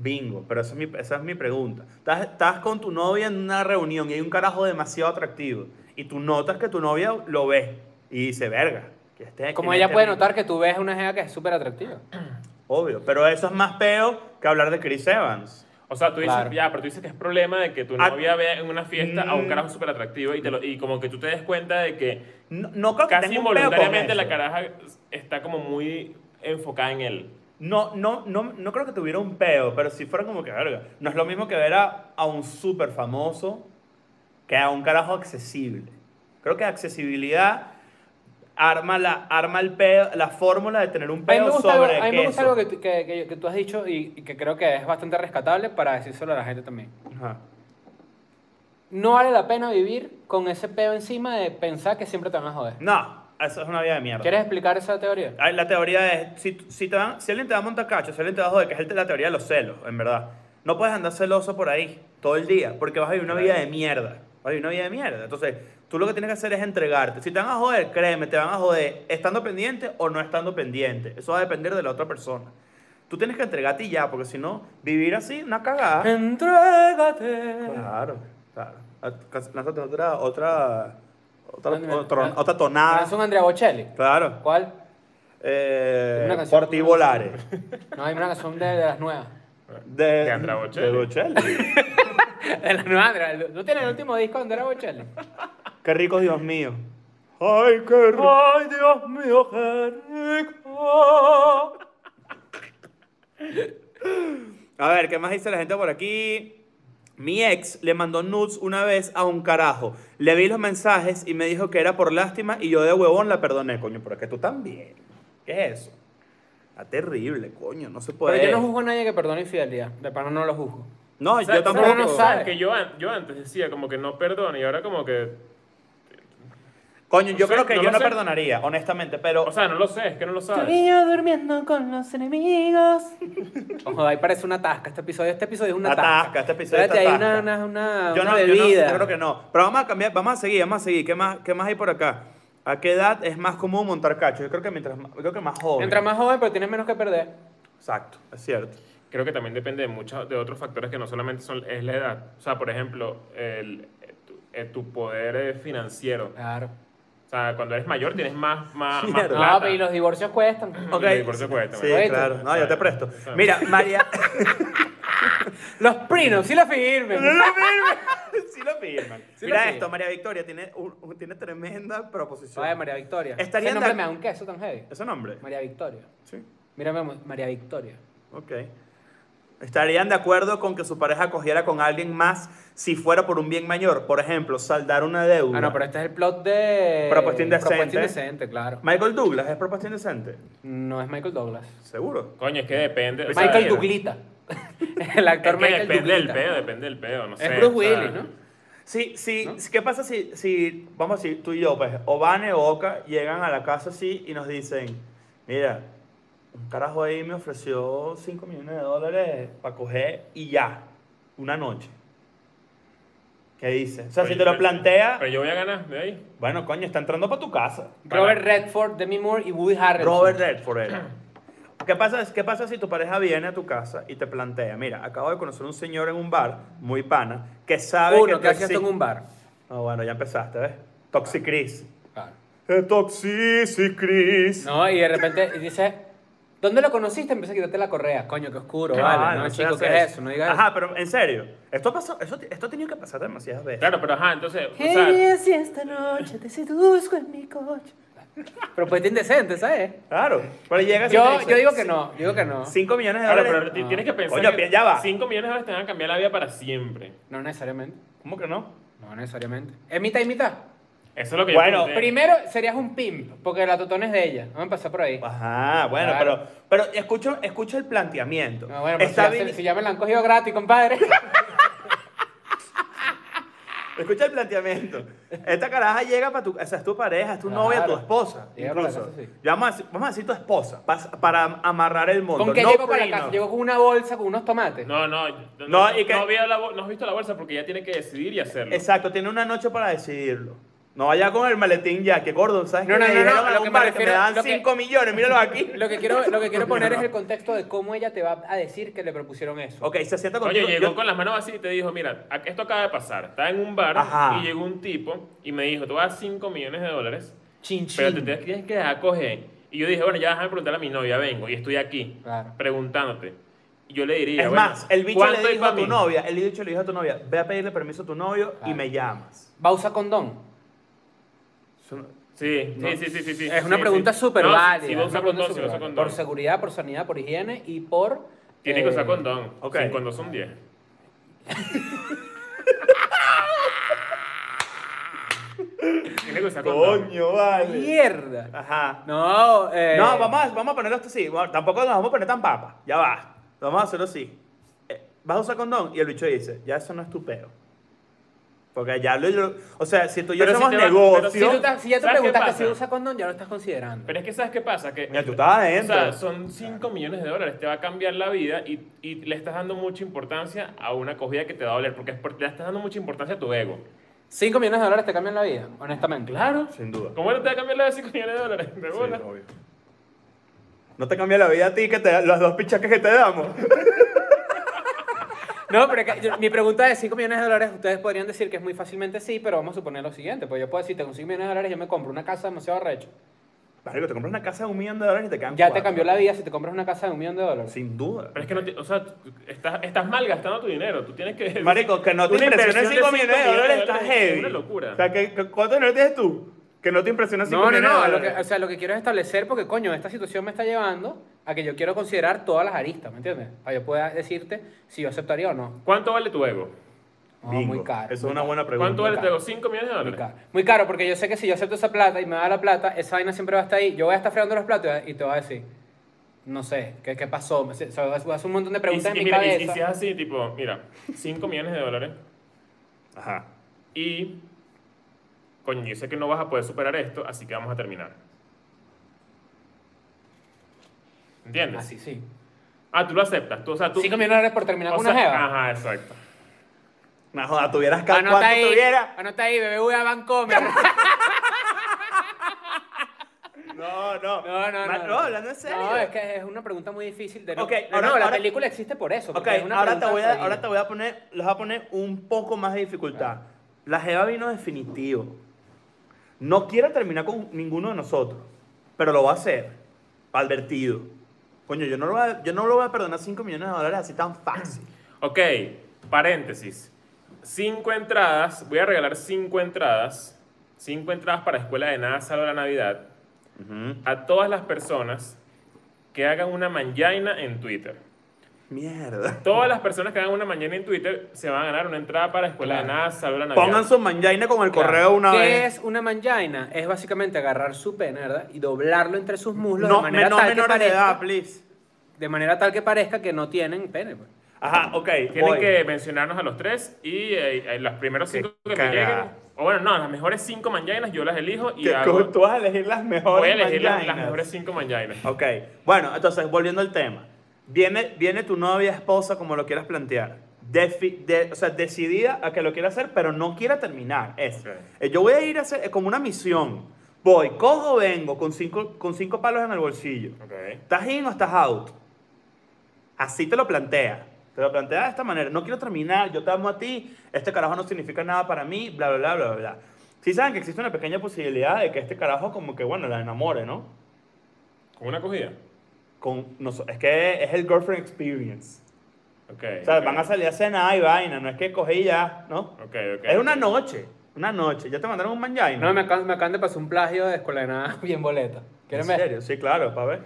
Bingo, pero esa es mi, esa es mi pregunta. Estás, estás con tu novia en una reunión y hay un carajo demasiado atractivo y tú notas que tu novia lo ve y dice, verga. que este-
Como
que
ella
este-
puede notar que tú ves una jeva que es súper atractiva.
Obvio, pero eso es más peo que hablar de Chris Evans.
O sea, tú dices,
Claro.
ya, pero tú dices que es problema de que tu
Ah.
novia vea en una fiesta a un
Mm.
carajo súper atractivo y, te lo- y como que tú te des cuenta de que
No, no creo que
casi
tenga un peo con
involuntariamente la
eso.
caraja está como muy enfocada en él.
No, no, no, no creo que tuviera un peo, pero si fuera como que verga. No es lo mismo que ver a, a un súper famoso que a un carajo accesible. Creo que accesibilidad arma, la, arma el peo, la fórmula de tener un
A mí me
peo
gusta algo,
sobre
a mí me gusta
queso.
algo que, tú- que- que- que tú has dicho y, y que creo que es bastante rescatable para decírselo a la gente también.
Ajá.
No vale la pena vivir con ese peo encima de pensar que siempre te van a joder.
No, eso es una vida de mierda.
¿Quieres explicar esa teoría?
Ay, La teoría es, si, si, te van, si alguien te va a montar cacho, si alguien te va a joder, que es el- la teoría de los celos, en verdad. No puedes andar celoso por ahí todo el día, porque vas a vivir una vida de mierda. Vas a vivir una vida de mierda. Entonces, tú lo que tienes que hacer es entregarte. Si te van a joder, créeme, te van a joder estando pendiente o no estando pendiente. Eso va a depender de la otra persona. Tú tienes que entregarte y ya, porque si no, vivir así, una cagada.
Entrégate.
Claro, claro. Ah, Lánzate otra, otra, otra,
Ándale,
otra,
ándale.
otra
¿Eres un
tonada.
Andrea Bocelli?
Claro.
¿Cuál? Una
Eh,
canción-
por ti volare.
No, hay una canción de, de las nuevas.
De,
De Andrea Bocelli.
de Bocelli.
De las nuevas Andrea. ¿No tiene el último disco de Andrea Bocelli?
qué rico, Dios mío. Ay, qué rico.
Ay, Dios mío, qué rico.
A ver, ¿qué más dice la gente por aquí? Mi ex le mandó nudes una vez a un carajo. Le vi los mensajes y me dijo que era por lástima y yo de huevón la perdoné, coño. Pero es que tú también. ¿Qué es eso? Está terrible, coño. No se puede.
Pero yo no juzgo a nadie que perdone infidelidad. De pana no lo juzgo.
No,
O sea,
yo tampoco.
no
¿sabes?
sabe.
Que yo, an- yo antes decía como que no perdone y ahora como que...
Coño,
No
yo
sé,
creo que
no
yo
lo
no
sé.
perdonaría, honestamente. Pero
O sea, no lo sé, es que no lo sabes.
niño durmiendo con los enemigos. Ojo, ahí parece una tasca este episodio. Este episodio es una tasca.
Atasca, este episodio
Espérate,
está
hay una,
atasca.
una, una,
yo
Ah, una
no, yo no,
bebida.
yo creo que no. Pero vamos a cambiar, vamos a seguir, vamos a seguir. ¿Qué más, qué más hay por acá? ¿A qué edad es más común montar cacho? Yo creo que mientras más- yo creo que más joven.
Entra más joven, pero tienes menos que perder.
Exacto, es cierto.
Creo que también depende de muchos de otros factores que no solamente son, es la edad. O sea, por ejemplo, el, eh, tu, eh, tu poder eh, financiero.
Claro.
O sea, cuando eres mayor tienes más, más, más
Mierda.
plata.
No, Ah, pero y los divorcios cuestan.
Ok.
Y por supuesto,
Sí,
¿verdad?
claro. No, yo te
Exacto.
presto.
Exacto.
Mira, María.
Los prinos, sí la firmen.
No lo firman. Sí lo firman.
Sí lo
Mira
firman.
esto, María Victoria tiene, un- un- tiene tremenda proposición.
Oye, María Victoria.
Estarían
Ese nombre
de-
me da un queso tan heavy.
¿Ese nombre?
María Victoria.
Sí.
Mírame, María Victoria.
Ok. ¿Estarían de acuerdo con que su pareja cogiera con alguien más si fuera por un bien mayor? Por ejemplo, saldar una deuda.
Ah, no, pero este es el plot de...
Propuesta indecente.
Propuesta indecente, claro.
Michael Douglas es propuesta indecente.
No es Michael Douglas.
Seguro.
Coño, es que depende. o sea,
Michael
es-
Douglita. El
Es
actor
que
Michael
depende del
Douglita.
peo, depende del peo, no sé.
Es Bruce
o sea,
Willis, ¿no?
Sí, sí, ¿qué pasa si, si, vamos a decir, tú y yo, pues, Obane o Oka llegan a la casa así y nos dicen, mira, un carajo ahí me ofreció 5 millones de dólares para coger y ya, una noche. ¿Qué dices? O sea,
Pero
si
yo-
te lo plantea,
Pero yo voy a ganar de ahí.
bueno, coño, está entrando para tu casa.
Robert Redford, Demi Moore y Woody Harrelson.
Robert Redford era. ¿Qué pasa, ¿Qué pasa si tu pareja viene a tu casa y te plantea, mira, acabo de conocer un señor en un bar, muy pana, que sabe
Uno,
que...
que
tú
hacía esto en
exi-
un bar.
No, Ah, bueno, ya empezaste, ¿ves? Toxicris. Eh,
Claro.
Toxicris.
No, y de repente dice, ¿dónde lo conociste? Empieza a quitarte la correa. Coño, qué oscuro, vale. No, chico, ¿qué es eso? No digas
Ajá, pero en serio. Esto, pasó, eso, esto ha tenido que pasar demasiadas veces.
Claro, pero ajá, entonces. O
Hey,
sea,
si esta noche te seduzco en mi coche. Propuesta pues indecente, ¿sabes?
Claro. Pero llegas y te
Yo,
dicen,
yo digo que no, yo digo que no.
5 millones de
claro,
dólares. Ah.
pero ti- tienes que pensar.
Coño,
que
ya va.
5 millones de dólares te van a cambiar la vida para siempre.
No necesariamente.
¿Cómo que no?
No necesariamente. Es mitad y mitad.
Eso es lo que
Bueno,
yo pregunté.
Primero serías un pimp, porque la totona es de ella. Vamos a empezar por ahí.
Ajá, bueno,
Claro.
pero, pero escucho, escucho el planteamiento.
No, Ah, bueno, pero si,
Está
ya, se-
bien-
si ya me la han cogido gratis, compadre.
Escucha el planteamiento. Esta caraja llega para tu... O sea, es tu pareja, es tu
Claro.
novia, tu esposa.
Llega para la
incluso.
casa, sí.
Ya vamos, a, decir- vamos a decir tu esposa, pas- para amarrar el mundo.
¿Con qué
No
llego para la
prenup.
casa? Llego con una bolsa, con unos tomates.
No, no, no, no,
No, y que-
no veo la bol- no has visto la bolsa porque ya tiene que decidir y hacerlo.
Exacto, tiene una noche para decidirlo. No vaya con el maletín ya, que gordo, ¿sabes?
No,
qué?
no,
me
no, no,
dijeron
lo
a
que
un
me
bar que
refiero-
me dan
lo que-
5 millones, míralo aquí.
Lo que quiero, lo que quiero poner es el contexto de cómo ella te va a decir que le propusieron eso.
ok, se sienta
Oye,
contigo.
llegó
yo-
con las manos así y te dijo, mira, ac- esto acaba de pasar. Estaba en un bar
Ajá.
y llegó un tipo y me dijo, tú vas a 5 millones de dólares,
Chin,
pero te
chin.
tienes- tienes que dejar coger. Y yo dije, bueno, ya déjame preguntarle a mi novia, vengo, y estoy aquí,
Claro.
preguntándote. Y yo le diría,
Es
bueno,
más, el bicho
¿cuánto
le
hay
dijo
pa'
a tu
mí?
novia, el bicho le dijo a tu novia, ve a pedirle permiso a tu novio y
Claro.
me llamas.
¿Va a usar condón?
Eso no-
Sí,
No.
sí, sí, sí, sí, sí,
Es una
sí,
pregunta
sí.
súper
No, sí, Sí,
válida.
va a
es una
usar
pregunta
condón, sí, va a usar
súper válida.
condón.
Por seguridad, por sanidad, por higiene y por.
Tiene que usar
eh,
condón.
ok.
Sin condón son 10. Tiene que usar condón.
Coño, vale.
¡Mierda!
Ajá.
No, eh,
No, vamos, a- vamos a ponerlo así. Bueno, tampoco nos vamos a poner tan papas. Ya va. Vamos a hacerlo así. Eh, Vas a usar condón y el bicho dice, ya eso no es tu peo. Porque ya lo... lo- O sea, si tú y yo
Pero si
somos
te va-
negocio...
pero
Si, tú estás- si ya te
¿Sabes qué
preguntaste
pasa?
si usa condón, ya lo estás considerando.
Pero es que ¿sabes qué pasa? Que,
Mira, tú estabas
o
adentro.
sea, son 5 millones de dólares, te va a cambiar la vida y, y le estás dando mucha importancia a una cogida que te va a doler, porque es por- le estás dando mucha importancia a tu ego.
5 millones de dólares te cambian la vida, honestamente. Claro.
Sin duda.
¿Cómo no te va a cambiar la vida 5 millones de dólares? De
Sí,
bola.
obvio. No te cambia la vida a ti que te, las dos pichacas que te damos.
No, pero es que yo- mi pregunta de 5 millones de dólares, ustedes podrían decir que es muy fácilmente sí, pero vamos a suponer lo siguiente. Pues yo puedo decirte, con 5 millones de dólares yo me compro una casa demasiado recho.
Marico, te compras una casa de un millón de dólares y te cambian.
Ya te cambió la vida si te compras una casa de un millón de dólares.
Sin duda.
Pero es que no, te- o sea, tú- estás, estás malgastando tu dinero, tú tienes que...
Marico, que no te
Una inversión
impresiones
de
5
cinco
millones de dólares está
es
heavy.
Una locura.
O sea, que, que- ¿cuánto dinero tienes tú? Que no te impresiones 5
No, no,
millones
no.
de
lo
dólares.
que- o sea, lo que quiero es establecer, porque coño, esta situación me está llevando a que yo quiero considerar todas las aristas, ¿me entiendes? Para yo pueda decirte si yo aceptaría o no.
¿Cuánto vale tu ego?
No,
Bingo.
Ah, muy caro.
Eso
muy
es una
caro.
buena pregunta.
¿Cuánto vale? Te
caro.
digo, 5 millones de
Muy
dólares.
caro. Muy caro, porque yo sé que si yo acepto esa plata y me da la plata, esa vaina siempre va a estar ahí. Yo voy a estar fregando los platos y te voy a decir, no sé, ¿qué, qué pasó? O sea, voy a hacer un montón de
Y,
preguntas
si-
en
y
mi
mira, y- y
cabeza.
si es así, tipo, mira, 5 millones de dólares
Ajá.
y... Coño, yo sé que no vas a poder superar esto, así que vamos a terminar. ¿Entiendes?
Así, sí.
Ah, tú lo aceptas. Tú, o sea, tú...
5 millones de dólares por terminar
o
con una
sea,
jeva.
Ajá, exacto.
No joda, tuvieras ca-
Anota
cuánto
ahí,
tuviera.
anota ahí, BBVA Bancomer.
No, no.
No, no,
Ma-
no.
hablando en serio.
No, es que es una pregunta muy difícil de no.
Ok,
no,
ahora-
no, la
ahora-
película existe por eso.
Ok,
porque es una
ahora te,
pregunta
voy a,
jodida.
ahora te voy a poner, les voy a poner un poco más de dificultad. La Jeva vino definitivo. No quiere terminar con ninguno de nosotros, pero lo va a hacer. Advertido. Coño, yo no lo voy a, yo no lo voy a perdonar 5 millones de dólares así tan fácil.
Ok, paréntesis. Cinco entradas, voy a regalar cinco entradas. Cinco entradas para Escuela de Nada Salvo la Navidad a todas las personas que hagan una mañana en Twitter.
Mierda.
Todas las personas que hagan una mañana en Twitter se van a ganar una entrada para Escuela de
Claro.
Nada Salvo la Navidad.
Pongan su manjaina con el
Claro.
correo una
¿Qué
vez.
es una manjaina? Es básicamente agarrar su pene, ¿verdad? Y doblarlo entre sus muslos
No,
de manera
men- no
tal que
menores de
parezca.
edad, please.
de manera tal que parezca que no tienen pene. pues.
Ajá, ok.
Tienen
voy.
que mencionarnos a los tres y eh, eh, los primeros
Qué
cinco que me
cagada.
lleguen. O bueno, no, las mejores cinco mañanas yo las elijo y
Que
hago-
co- tú vas a elegir las mejores
voy a elegir las, las
mangainas.
mejores cinco mañanas.
Ok, bueno, entonces, volviendo al tema. Viene, viene tu novia, esposa, como lo quieras plantear. Defi- de- o sea, decidida a que lo quiera hacer, pero no quiera terminar. Es,
Ok.
eh, yo voy a ir a hacer, es como una misión. Voy, cojo, vengo, con cinco, con cinco palos en el bolsillo.
Ok.
¿Estás in o estás out? Así te lo plantea. Te lo plantea de esta manera. No quiero terminar, yo te amo a ti, este carajo no significa nada para mí, bla, bla, bla, bla, bla. Sí saben que existe una pequeña posibilidad de que este carajo como que, bueno, la enamore, ¿no?
Con una cogida.
Con noso- es que es el girlfriend experience.
Ok.
O sea,
ok.
van a salir a cenar y vaina, no es que cogí ya, ¿no?
Ok, ok.
Es una noche, una noche. Ya te mandaron un manjaina.
No, me acaban, me acaban de pasar un plagio de escuela de nada bien boleta.
¿En
¿Quieren ver?
serio? Sí, claro, para ver.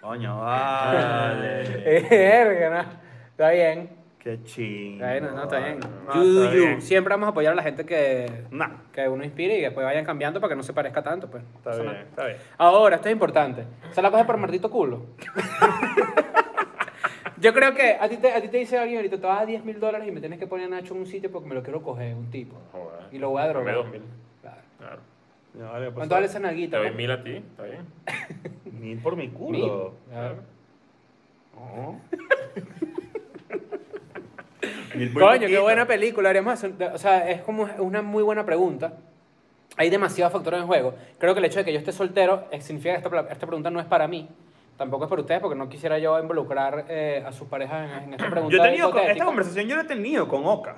Coño, vale.
Eh, Verga, no. Está bien.
Qué chingo.
Está bien, no, está bien.
No,
You do
está
you.
bien. Mm.
Siempre vamos a apoyar a la gente que,
Nah,
que uno inspire y después vayan cambiando para que no se parezca tanto. pues.
está
Eso no-
bien, está bien.
Ahora, esto es importante. Se la coge por martito culo. Yo creo que a ti te, a ti te dice alguien ahorita, te vas a 10 mil dólares y me tienes que poner a Nacho en un sitio porque me lo quiero coger, un tipo.
Joder.
Y lo voy a drogar.
Dame dos mil.
Claro.
Claro.
Ya, vale, pues,
¿Cuánto vale esa
Te
naguita?
doy
no?
mil a ti, está bien.
Mil por mi
Mil.
culo.
Claro.
No. Mil por
Coño, qué
poquito.
buena película. haríamos hacer- o sea, es como una muy buena pregunta. Hay demasiados factores en juego. Creo que el hecho de que yo esté soltero eh, significa que esta, pla- esta pregunta no es para mí. Tampoco es para ustedes porque no quisiera yo involucrar eh, a sus parejas en, en esta pregunta.
Yo he tenido con- esta
hipotética.
conversación yo la he tenido con Oka.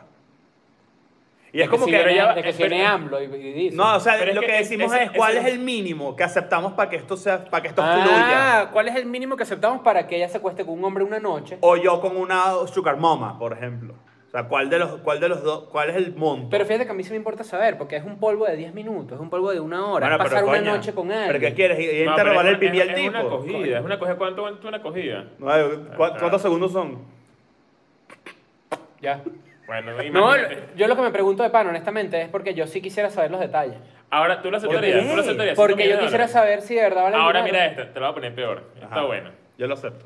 Y
De
es como
si
que.
viene-
pero ya-
de que si
espera.
viene AMLO y, y dice.
No, o sea,
Pero es
lo
que
que,
es-
decimos
ese-
es cuál
ese-
es el mínimo que aceptamos para que esto sea, para que esto fluya.
Ah, ¿cuál es el mínimo que aceptamos para que ella se acueste con un hombre una noche?
O yo con una sugar mama, por ejemplo. O sea, cuál de los, cuál de los dos, cuál es el monto.
Pero fíjate que a mí sí me importa saber, porque es un polvo de 10 minutos, es un polvo de una hora, es
Bueno,
pasar
pero,
una
coño,
noche con alguien.
¿Pero qué quieres? ¿Y- ¿Y
No,
no,
pero es
robarle el
una-
pipí
es-
al tipo?
Es una cogida,
Coño.
es una cogida. ¿Cuánto aguanta una cogida?
No, ¿cu- ¿Cuántos segundos son?
Ya.
Bueno,
No,
imagínate.
yo lo que me pregunto de pan, honestamente, es porque yo sí quisiera saber los detalles.
Ahora, tú lo aceptarías,
qué?
tú lo aceptarías. cinco
Porque yo
millones de
quisiera
dólares.
saber si de verdad vale el
Ahora
dinero.
mira esta, te la voy a poner peor. Está
Ajá.
buena.
Yo lo acepto.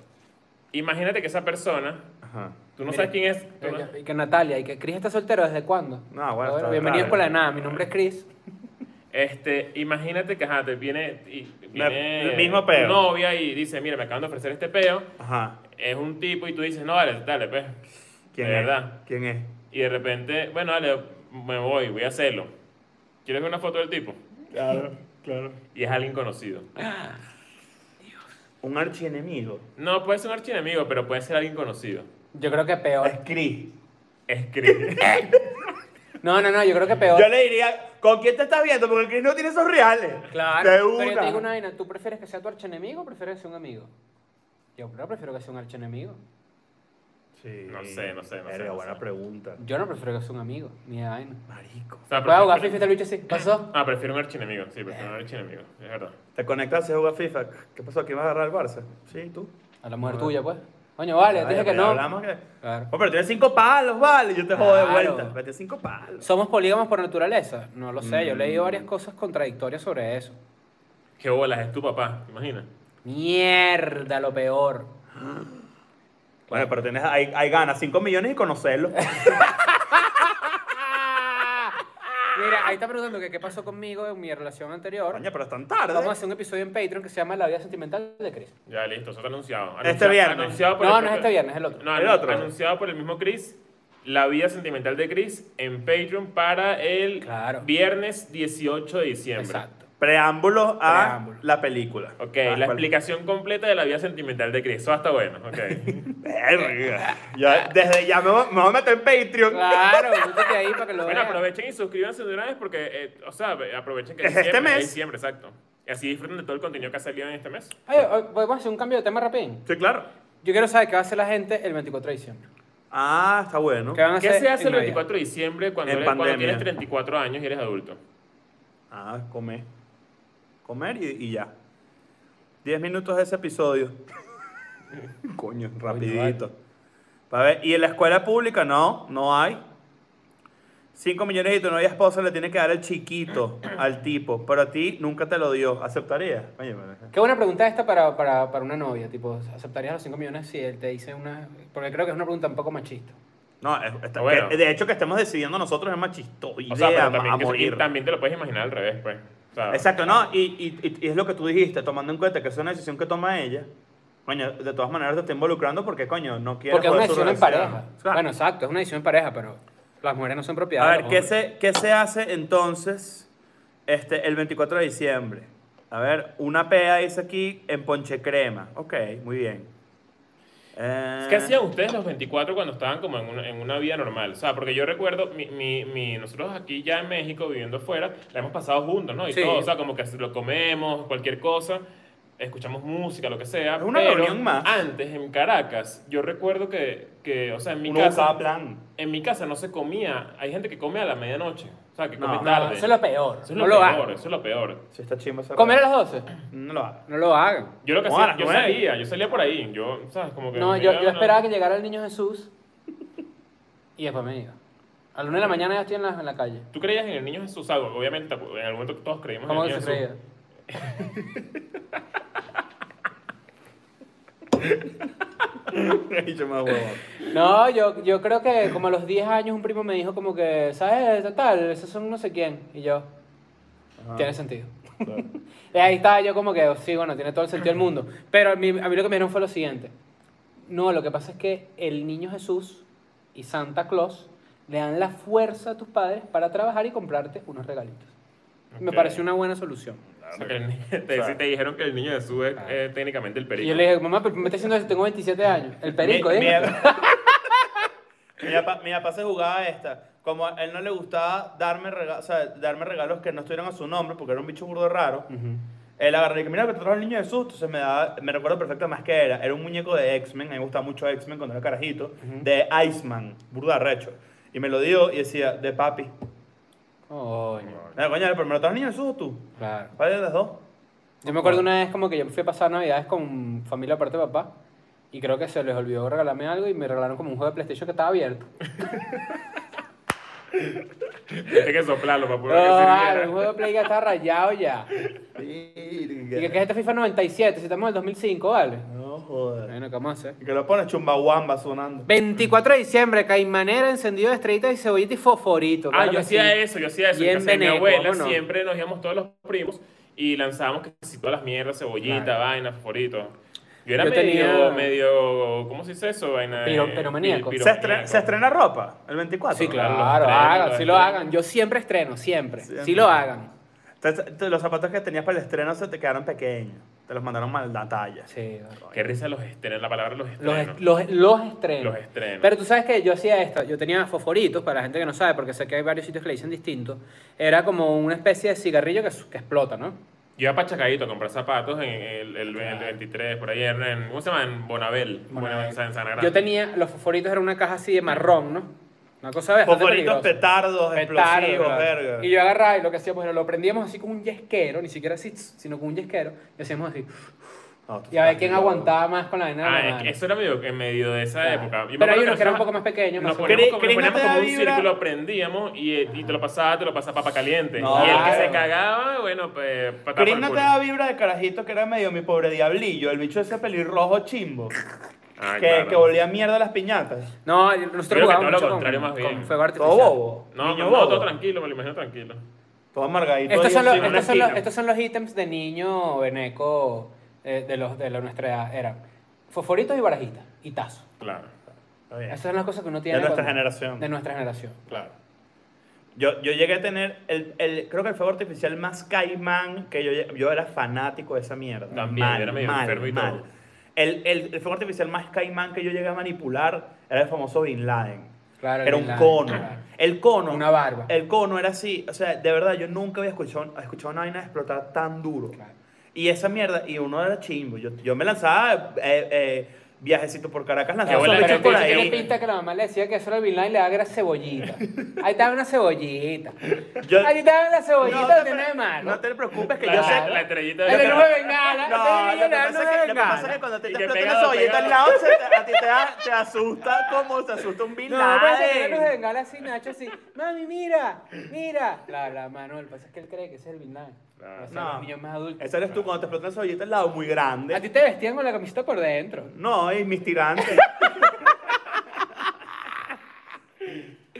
Imagínate que esa persona,
Ajá.
tú no
Mira.
sabes quién es. tú no-
Y que Natalia, y que Chris está soltero desde cuándo.
No, bueno,
A ver,
está
bienvenido
raro.
por la nada, mi nombre es Chris.
Este, imagínate que ajá, te viene, y-
La-
viene
el mismo peo.
tu novia y dice, mira, me acaban de ofrecer este peo.
Ajá.
Es un tipo y tú dices, no, dale, dale, pues.
¿Quién
De
es?
verdad.
¿Quién es?
Y de repente, bueno, dale, me voy, voy a hacerlo. ¿Quieres ver una foto del tipo?
Claro, claro.
Y es alguien conocido.
Un archienemigo.
No, puede ser un archienemigo, pero puede ser alguien conocido.
Yo creo que
Es
peor.
Chris.
Escribe.
No, no, no, yo creo que peor.
Yo le diría, ¿con quién te estás viendo? Porque Chris no tiene esos reales.
Claro,
De
pero yo te
una.
digo una vaina, ¿tú prefieres que sea tu archenemigo o prefieres que sea un amigo? Yo creo que prefiero que sea un archenemigo.
Sí.
No sé, no sé, no sé,
Verga,
no
buena
sé.
pregunta.
Yo no prefiero que sea un amigo, ni de vaina.
Marico.
O sea,
Voy a jugar
prefiero-
FIFA y te bicho así, ¿pasó?
Ah, prefiero un archienemigo, sí, prefiero un archienemigo, es verdad.
Te conectaste a jugar FIFA. ¿Qué pasó? ¿Quién va a agarrar el Barça? Sí, tú.
A la mujer tuya, pues. Coño, vale,
Vale,
dije que
pero
no.
Hablamos que...
Claro.
Oh, pero tienes cinco palos, vale. Yo te jodo de
Claro.
vuelta. Vete cinco palos.
¿Somos polígamos por naturaleza? No lo sé, yo he leído varias cosas contradictorias sobre eso.
Qué bolas, es tu papá, ¿te imaginas?
Mierda, lo peor.
Bueno, pero tienes, hay, hay ganas, 5 millones y conocerlo.
Mira, ahí está preguntando que qué pasó conmigo en mi relación anterior.
Coño, pero es tan tarde.
Vamos a hacer un episodio en Patreon que se llama La vida sentimental de Chris.
Ya, listo, eso está anunciado.
Este
Anunciado-
viernes.
anunciado por
No,
el-
no es este viernes, es el otro.
No,
El
anu-
otro.
anunciado por el mismo Chris. La vida sentimental de Chris en Patreon para el
Claro.
viernes 18 de diciembre.
Exacto.
Preámbulos a
Preámbulo.
la película.
Ok,
Ah,
la
¿cuál?
explicación completa de la vida sentimental de Chris. Eso está bueno, ok.
Verga. Ya, desde ya me, voy- me voy a meter en Patreon.
Claro, métete ahí para que lo
bueno,
veas.
aprovechen y suscríbanse de una vez porque, eh, o sea, aprovechen que
Es este
diciembre,
mes.
diciembre, exacto. Y así disfruten de todo el contenido que ha salido en este mes.
Oye, oye, podemos hacer un cambio de tema rápido.
Sí, claro.
Yo quiero saber qué va a hacer la gente el 24 de diciembre.
Ah, está bueno.
¿Qué van a
¿Qué
hacer
se hace
en
el
Navidad?
24 de diciembre cuando,
En
eres- cuando
pandemia.
tienes 34 años y eres adulto?
Ah, comer. Comer y, y ya. 10 minutos de ese episodio. Coño, rapidito. Pa' ver, Y en la escuela pública no, no hay. 5 millones y tu novia esposa le tiene que dar el chiquito al tipo, pero a ti nunca te lo dio. ¿Aceptarías? Oye, bueno,
Qué buena pregunta esta para, para, para una novia. Tipo, ¿aceptarías los 5 millones si él te dice una...? Porque creo que es una pregunta un poco machista.
No, es- está-
Bueno.
que- de hecho que estemos decidiendo nosotros es más chistoide
O sea, pero
a,
también,
a
que- y
morir.
también te lo puedes imaginar al revés, pues. O sea,
Exacto, no, y, y- y- y es lo que tú dijiste, tomando en cuenta que es una decisión que toma ella. Coño, de todas maneras te está involucrando porque, coño, no quiere
Porque es una
joder su
decisión en
relación.
pareja.
Claro.
Bueno, exacto, es una decisión en pareja, pero las mujeres no son propiedad.
a
de
ver,
los
¿qué
hombres.
se, ¿qué se hace entonces este, el 24 de diciembre? A ver, una pea dice aquí en ponche crema. Ok, muy bien. Eh,
¿Qué hacían ustedes los 24 cuando estaban como en una, en una vida normal? O sea, porque yo recuerdo, mi, mi, mi- nosotros aquí ya en México, viviendo fuera, la hemos pasado juntos, ¿no? Y
Sí.
todo, o sea, como que lo comemos, cualquier cosa, escuchamos música, lo que sea.
Es una
pero
reunión más.
Antes, en Caracas, yo recuerdo que, que o sea, en mi
Uno
casa...
buscaba plan.
En mi casa no se comía, hay gente que come a la medianoche, o sea, que come
No,
tarde.
No, eso es lo peor.
Eso es
no
lo
lo
peor,
hagan.
eso es lo peor.
Si está chimba esa
¿Comer a
pea.
las 12?
No lo hagas.
No lo hagan.
Yo lo que
No, a
hacía,
las
yo
nueve.
salía, yo salía por ahí, yo, ¿sabes? Como que...
No,
me
yo,
iba
yo
a una-
esperaba que llegara el niño Jesús y después me iba. A la una de la mañana ya estoy en la, en la calle.
¿Tú creías en el niño Jesús? Ah, obviamente, en algún momento todos creímos
¿Cómo
en
que
el
se
niño
creía?
Jesús.
Yo me huevo.
No, yo, yo creo que como a los 10 años un primo me dijo como que, ¿sabes? Tal, Tal, esos son no sé quién. Y yo,
Ajá.
tiene sentido. Y ahí estaba yo como que, oh, sí, bueno, tiene todo el sentido del mundo. Pero a mí, a mí lo que me dijeron fue lo siguiente. No, lo que pasa es que el niño Jesús y Santa Claus le dan la fuerza a tus padres para trabajar y comprarte unos regalitos. Me
Ok.
pareció una buena solución.
O sea, que el ni- te, sí te dijeron que el niño Jesús es eh, técnicamente el perico.
Ah. Y yo le dije, mamá, pero ¿por qué me está diciendo eso, tengo 27 años. El perico,
mi,
¿eh?
mi, mi papá, mi papá se jugaba esta. Como a él no le gustaba darme, rega- o sea, darme regalos que no estuvieran a su nombre, porque era un bicho burdo raro, él agarró y dije, mira, que te trajo el niño de susto. Entonces me, daba, me recuerdo perfecto más que era. Era un muñeco de X-Men, a mí me gustaba mucho X-Men cuando era carajito, de Iceman, burda recho. Y me lo dio y decía, de papi.
Coño,
Mira, coño, pero me lo trajo el niño de susto tú.
claro.
¿Cuál de las dos?
Yo me acuerdo una vez como que yo fui a pasar navidades con familia aparte de papá y creo que se les olvidó regalarme algo y me regalaron como un juego de PlayStation que estaba abierto.
Tienes que soplarlo para
Ah,
poder
Claro,
que
el
sirviera.
juego de Play ya está rayado ya. Y que, que es este FIFA 97, si estamos en el 2005, ¿vale?
No joder.
Bueno, ¿qué vamos a hacer?
Y que lo pones chumbawamba sonando.
24 de diciembre, Caimanera, encendido de estrellitas y cebollita y fosforito.
Ah,
claro
yo
que
hacía
sí.
eso, yo hacía eso. en
Bien
casa de mi
veneco,
abuela
¿cómo no?
siempre nos íbamos todos los primos y lanzábamos casi todas las mierdas, cebollita,
Claro.
vaina, favorito. Yo era
Yo
medio,
tenía-
medio, ¿cómo se dice eso? Vaina,
Piro-
eh,
piromaníaco.
pi-
¿Se, estre-
piromaníaco.
se estrena ropa el 24?
Sí, claro,
Ah, Los estrenos,
hagan,
los
sí lo
estrenos.
hagan. Yo siempre estreno, siempre.
Siempre.
Sí lo hagan.
Te- te- los zapatos que tenías para el estreno se te quedaron pequeños. Te los mandaron mal la talla.
Sí, vale.
Qué risa los estrenos, la palabra los
Los,
estrenos.
est- los, los estrenos.
Los estrenos.
Pero tú sabes que yo hacía esto, yo tenía fosforitos, para la gente que no sabe, porque sé que hay varios sitios que le dicen distintos, era como una especie de cigarrillo que, su- que explota, ¿no?
Yo iba para Chacaíto a comprar zapatos en el, el- el 23, por ahí en, en- ¿cómo se llama? En Bonabel, Bonabel, en San- San Agrande.
Yo tenía, los fosforitos eran una caja así de marrón, ¿no? Una cosa de bastante
Fosforitos,
peligrosa.
petardos,
Petardo,
explosivos,
¿verdad?
verga.
Y yo pues, agarraba y lo que hacíamos era lo prendíamos así con un yesquero, ni siquiera así, sino con un yesquero, y hacíamos así.
No, tú
Y a ver
estás
quién
loco.
aguantaba más con la vaina de la
Ah, es
mano.
que eso era medio, en medio de esa
Claro.
época. Yo me
Pero hay
acuerdo
unos que eran
nosotros-
un poco más pequeños, más
Nos
o
ponían-
poníamos
menos.
como, nos
Cre-
poníamos
Cre-
como un
vibra.
círculo, prendíamos y, y te lo pasaba, te lo pasaba papa caliente.
No.
y el que se
Claro.
cagaba, bueno, pues patada por el
Cris no te
culo.
da vibra de carajito que era medio mi pobre diablillo, el bicho ese pelirrojo chimbo,
Ay,
que,
Ah, claro.
que volía mierda a las piñatas.
No,
Creo
nosotros
que
jugábamos
todo lo
mucho
contrario,
con,
más bien.
con fuego artificial.
Todo bobo.
No,
niño
no,
bobo.
todo tranquilo, me lo imagino tranquilo.
Todo amargadito.
Estos
ahí
son, los,
encima.
estos, son los,
esquina.
estos son los ítems de niño veneco eh, de, los, de la nuestra edad. Eran fosforitos y barajitas y tazos.
Claro,
Está bien.
Esas son las cosas que uno tiene.
nuestra
cuando-
generación.
De nuestra generación.
claro.
Yo, yo llegué a tener, el, el- creo que el fuego artificial más caimán, que yo, lle- yo era fanático de esa mierda.
También, yo era medio enfermo y todo.
El, el, el fuego artificial más caimán que yo llegué a manipular era el famoso Bin Laden.
Claro,
era
Bin
un
Laden,
cono.
claro.
El cono.
Una barba.
El cono era así. O sea, de verdad, yo nunca había escuchado, escuchado una vaina explotar tan duro.
Claro.
Y esa mierda, y uno era chimbo. Yo, yo me lanzaba eh, eh, viajecito por Caracas,
Pero
lanzaba
buena
esos
leche
bichos por
que
tiene-
ahí.
tiene pinta que la mamá le decía que eso era el Bin Laden y le daba era cebollita. Ahí estaba una cebollita.
Yo-
Ahí estaba la
No
cebollita,
te
no tiene nada de
pre-
malo.
no te preocupes que
La,
yo
la,
sé...
la estrellita
El
de
no me bengala.
No,
el
lo que
no me
pasa es que, lo que
bengala.
pasa es que cuando te
Y
está
que
explotando
pegado,
una cebollita al
pegado.
lado, se te- a ti te, da- te asusta como se asusta un Bin
No, pero se
Laden.
tiran los bengala así, Nacho, así. Mami, mira, mira. La, la, Manuel, pasa es que él cree que ese es el Bin Laden.
Claro.
O sea,
No,
los niños más adultos.
esa eres tú cuando te explota una cebollita al lado muy grande.
A ti te vestían con la camiseta por dentro.
No, y mis tirantes.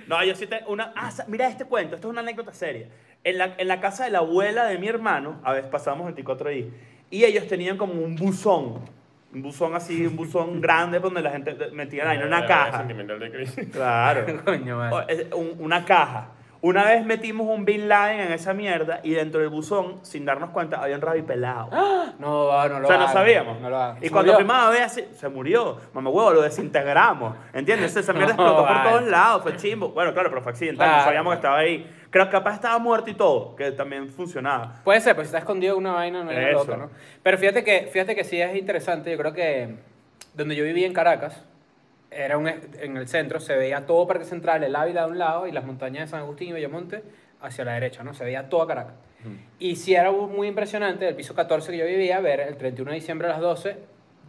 No, yo sí te... Una, ah, sa- mira este cuento, esto es una anécdota seria. En la, en la casa de la abuela de mi hermano, a veces pasábamos 24 ahí, y ellos tenían como un buzón, un buzón así, un buzón grande donde la gente metía ahí, una caja.
Sentimental de Chris.
Claro.
Coño, vale.
O- es un- una caja. Una vez metimos un Bin Laden en esa mierda y dentro del buzón, sin darnos cuenta, había un rabipelado.
No, va, no lo
o sea, no
hagas,
sabíamos.
No lo hagas.
y
Se
cuando
murió.
fuimos a ver, así- se murió. Mamá huevo, lo desintegramos. ¿Entiendes? Esa mierda
No,
explotó por
vale.
todos lados, fue chimbo. Bueno, claro, pero fue accidental, no
Claro.
sabíamos que estaba ahí. Creo que capaz estaba muerto y todo, que también funcionaba.
Puede ser, pues si está escondido en una vaina, no es
Eso.
loca, ¿no? Pero fíjate que, fíjate que sí es interesante. Yo creo que donde yo vivía en Caracas, era un, en el centro, se veía todo Parque Central, el Ávila de un lado y las montañas de San Agustín y Bellamonte hacia la derecha, ¿no? Se veía toda Caracas. Y sí era muy impresionante, del piso 14 que yo vivía, ver el 31 de diciembre a las 12,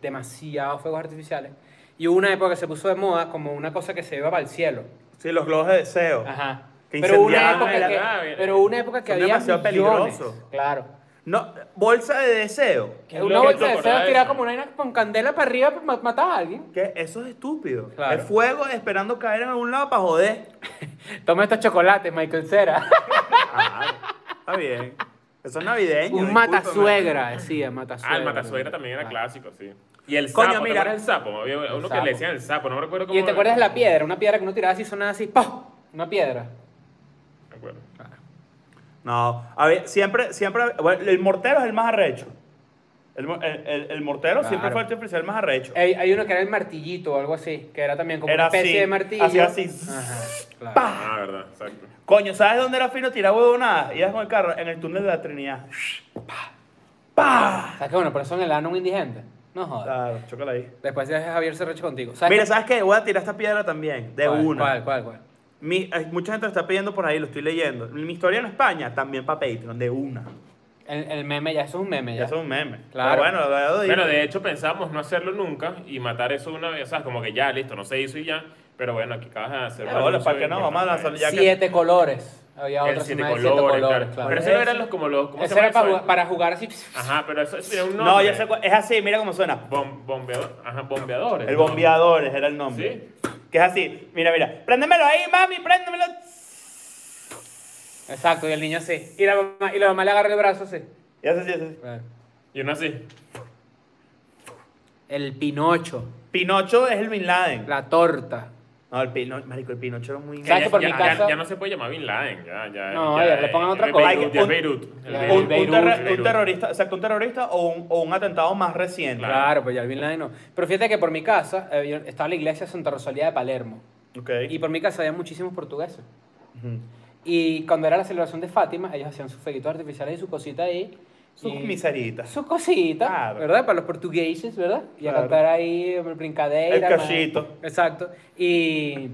demasiados fuegos artificiales. Y hubo una época que se puso de moda como una cosa que se iba para el cielo.
Sí, los globos de deseo.
Ajá.
Que
Pero hubo una
incendiaban
época
la
que,
nave.
pero hubo una época que
Son
había
demasiado
millones.
peligrosos.
Claro.
No, bolsa de deseo.
Es
una
loco,
bolsa de
loco,
cera
¿verdad?
tirada
Eso.
como una vaina con candela para arriba para matar a alguien.
Que eso es estúpido.
Claro.
Es fuego esperando caer en algún lado para joder.
Toma estos chocolates, Michael Cera.
Ah, está bien. Eso es navideño.
Un
discúlpame.
matasuegra, decía, matasuegra.
Ah, el matasuegra también era
Ah.
clásico, sí. Y el
Coño,
sapo, ¿te
mira.
acuerdas del sapo? Había uno que
sapo.
le decían el sapo, no recuerdo cómo
Y te acuerdas de la piedra, una piedra que uno tiraba así sonaba así, ¡pah! Una piedra.
Me acuerdo.
No, a ver, siempre, siempre, bueno, el mortero es el más arrecho. El, mo- el- el- el mortero
Claro.
siempre fue el artificial más arrecho.
Hay, hay uno que era el martillito o algo así, que era también como
Era
una especie
así,
de martillo.
hacía así.
Ajá, claro.
¡Pah!
Ah, verdad, exacto.
Coño, ¿sabes dónde era fino tirar huevonadas? Ibas con el carro en el túnel de la Trinidad. ¡Pah!
¿Sabes qué? Bueno, pero eso en el ano un indigente. No jodas.
Claro, chócala ahí.
Después de Javier se recha contigo.
Mira, ¿sabes qué? Voy a tirar esta piedra también, de
¿Cuál,
una.
¿Cuál, cuál, cuál?
Mi- hay mucha gente lo está pidiendo por ahí, lo estoy leyendo. Mi historia en España, también para Patreon, de una.
El, el meme ya, eso es un meme ya.
Ya son un meme.
Claro.
Pero bueno, lo digo.
Bueno, de hecho pensábamos no hacerlo nunca y matar eso de una vez, ¿sabes? Como que ya, listo, no se hizo y ya. Pero bueno, aquí acabas de hacer
Claro, hola,
anuncio
¿para qué no?
importante.
Vamos a lanzar ya que-
siete colores. Había
El
otro
siete
semana de
colores,
siete colores,
claro.
claro.
Pero eso no eran los como los... ¿Cómo
Ese
se
era para,
llama
jugar- para jugar así.
eso? Ajá, pero eso, eso tiene un nombre.
No, ya sé cuál- Es así, mira cómo suena.
Bom- bombeador, ajá, bombeadores.
El
¿no?
bombeador ese era el nombre. Que es así. Mira, mira. Préndemelo ahí, mami, préndemelo.
Exacto, y el niño así. Y la mamá, y la mamá le agarra el brazo así.
Y hace así, hace así.
Y uno así.
El Pinocho,
Pinocho es el Bin Laden.
la torta.
No, el Pinocho, marico, el Pinocho era muy...
¿Sabes
Ya-
que por
ya,
mi
ya-
casa-
ya no se puede llamar Bin Laden, ya, ya.
No, ya, le pongan otra cosa.
Beirut, ya es
Un-
Beirut.
Ya,
el
Un, un
Beirut,
terra- un
Beirut.
terrorista, exacto, un terrorista o un, o un atentado más reciente.
Claro, pues ya el Bin Laden no. Pero fíjate que por mi casa eh, yo- estaba la iglesia Santa Rosalía de Palermo.
Ok.
Y por mi casa había muchísimos portugueses.
Ujú.
Y cuando era la celebración de Fátima, ellos hacían sus fueguitos artificiales y su cosita ahí.
Sus
y-
miseritas.
Su cosita,
Claro.
¿verdad? Para los portugueses, ¿verdad? Y
Claro.
a cantar ahí, brincadeira.
El cachito.
ma- Exacto. Y,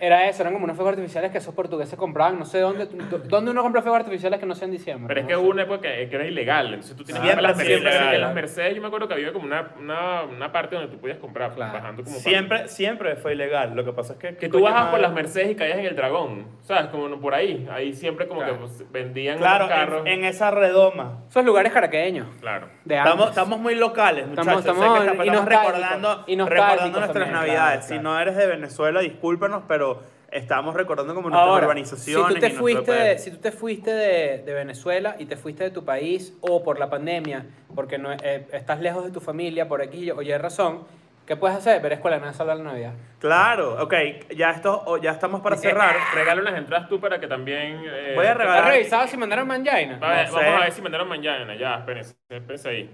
Era eso, eran como unos fuegos artificiales que esos portugueses compraban, no sé dónde. tú- ¿Dónde uno compra fuegos artificiales que no sean en diciembre?
Pero es
No
que
sé.
hubo una época que, que era ilegal. Entonces tú tenías que ir a
Siempre
las
ha sido
Mercedes.
ilegal.
En las Mercedes yo me acuerdo que había como una, una, una parte donde tú podías comprar pues,
Claro.
bajando como para-
Siempre, siempre fue ilegal. Lo que pasa es que.
Que
¿qué
tú
coño
bajas
madre?
por las Mercedes y caías en el dragón, ¿sabes? Como no- por ahí. Ahí siempre como
Claro.
que pues, vendían
Claro,
los carros.
en, en esa redoma.
Esos lugares caraqueños.
Claro.
De antes.
Estamos, estamos muy locales,
Estamos-
muchachos. Sé que
estamos-
estamos,
y
estamos
nostálgicos,
recordando,
y nostálgicos
recordando nuestras
también,
navidades.
claro,
Si
claro.
no eres de Venezuela, discúlpanos, pero estamos recordando como nuestras
Ahora, si
urbanizaciones.
tú te
y nuestro
fuiste, de,
país.
si tú te fuiste de, de Venezuela y te fuiste de tu país o por la pandemia, porque no, eh, estás lejos de tu familia por aquí o ya razón, ¿qué puedes hacer? Ver Escuela de Nada Solo a la Navidad.
Claro, ok, ya, esto, o ya estamos para
Eh,
cerrar.
Regalo unas entradas tú para que también. eh,
Voy a regalar-
¿Has revisado si mandaron manjaina?
A ver,
No
Vamos
sé.
a ver si mandaron mañana. Ya, espérense, espérense ahí.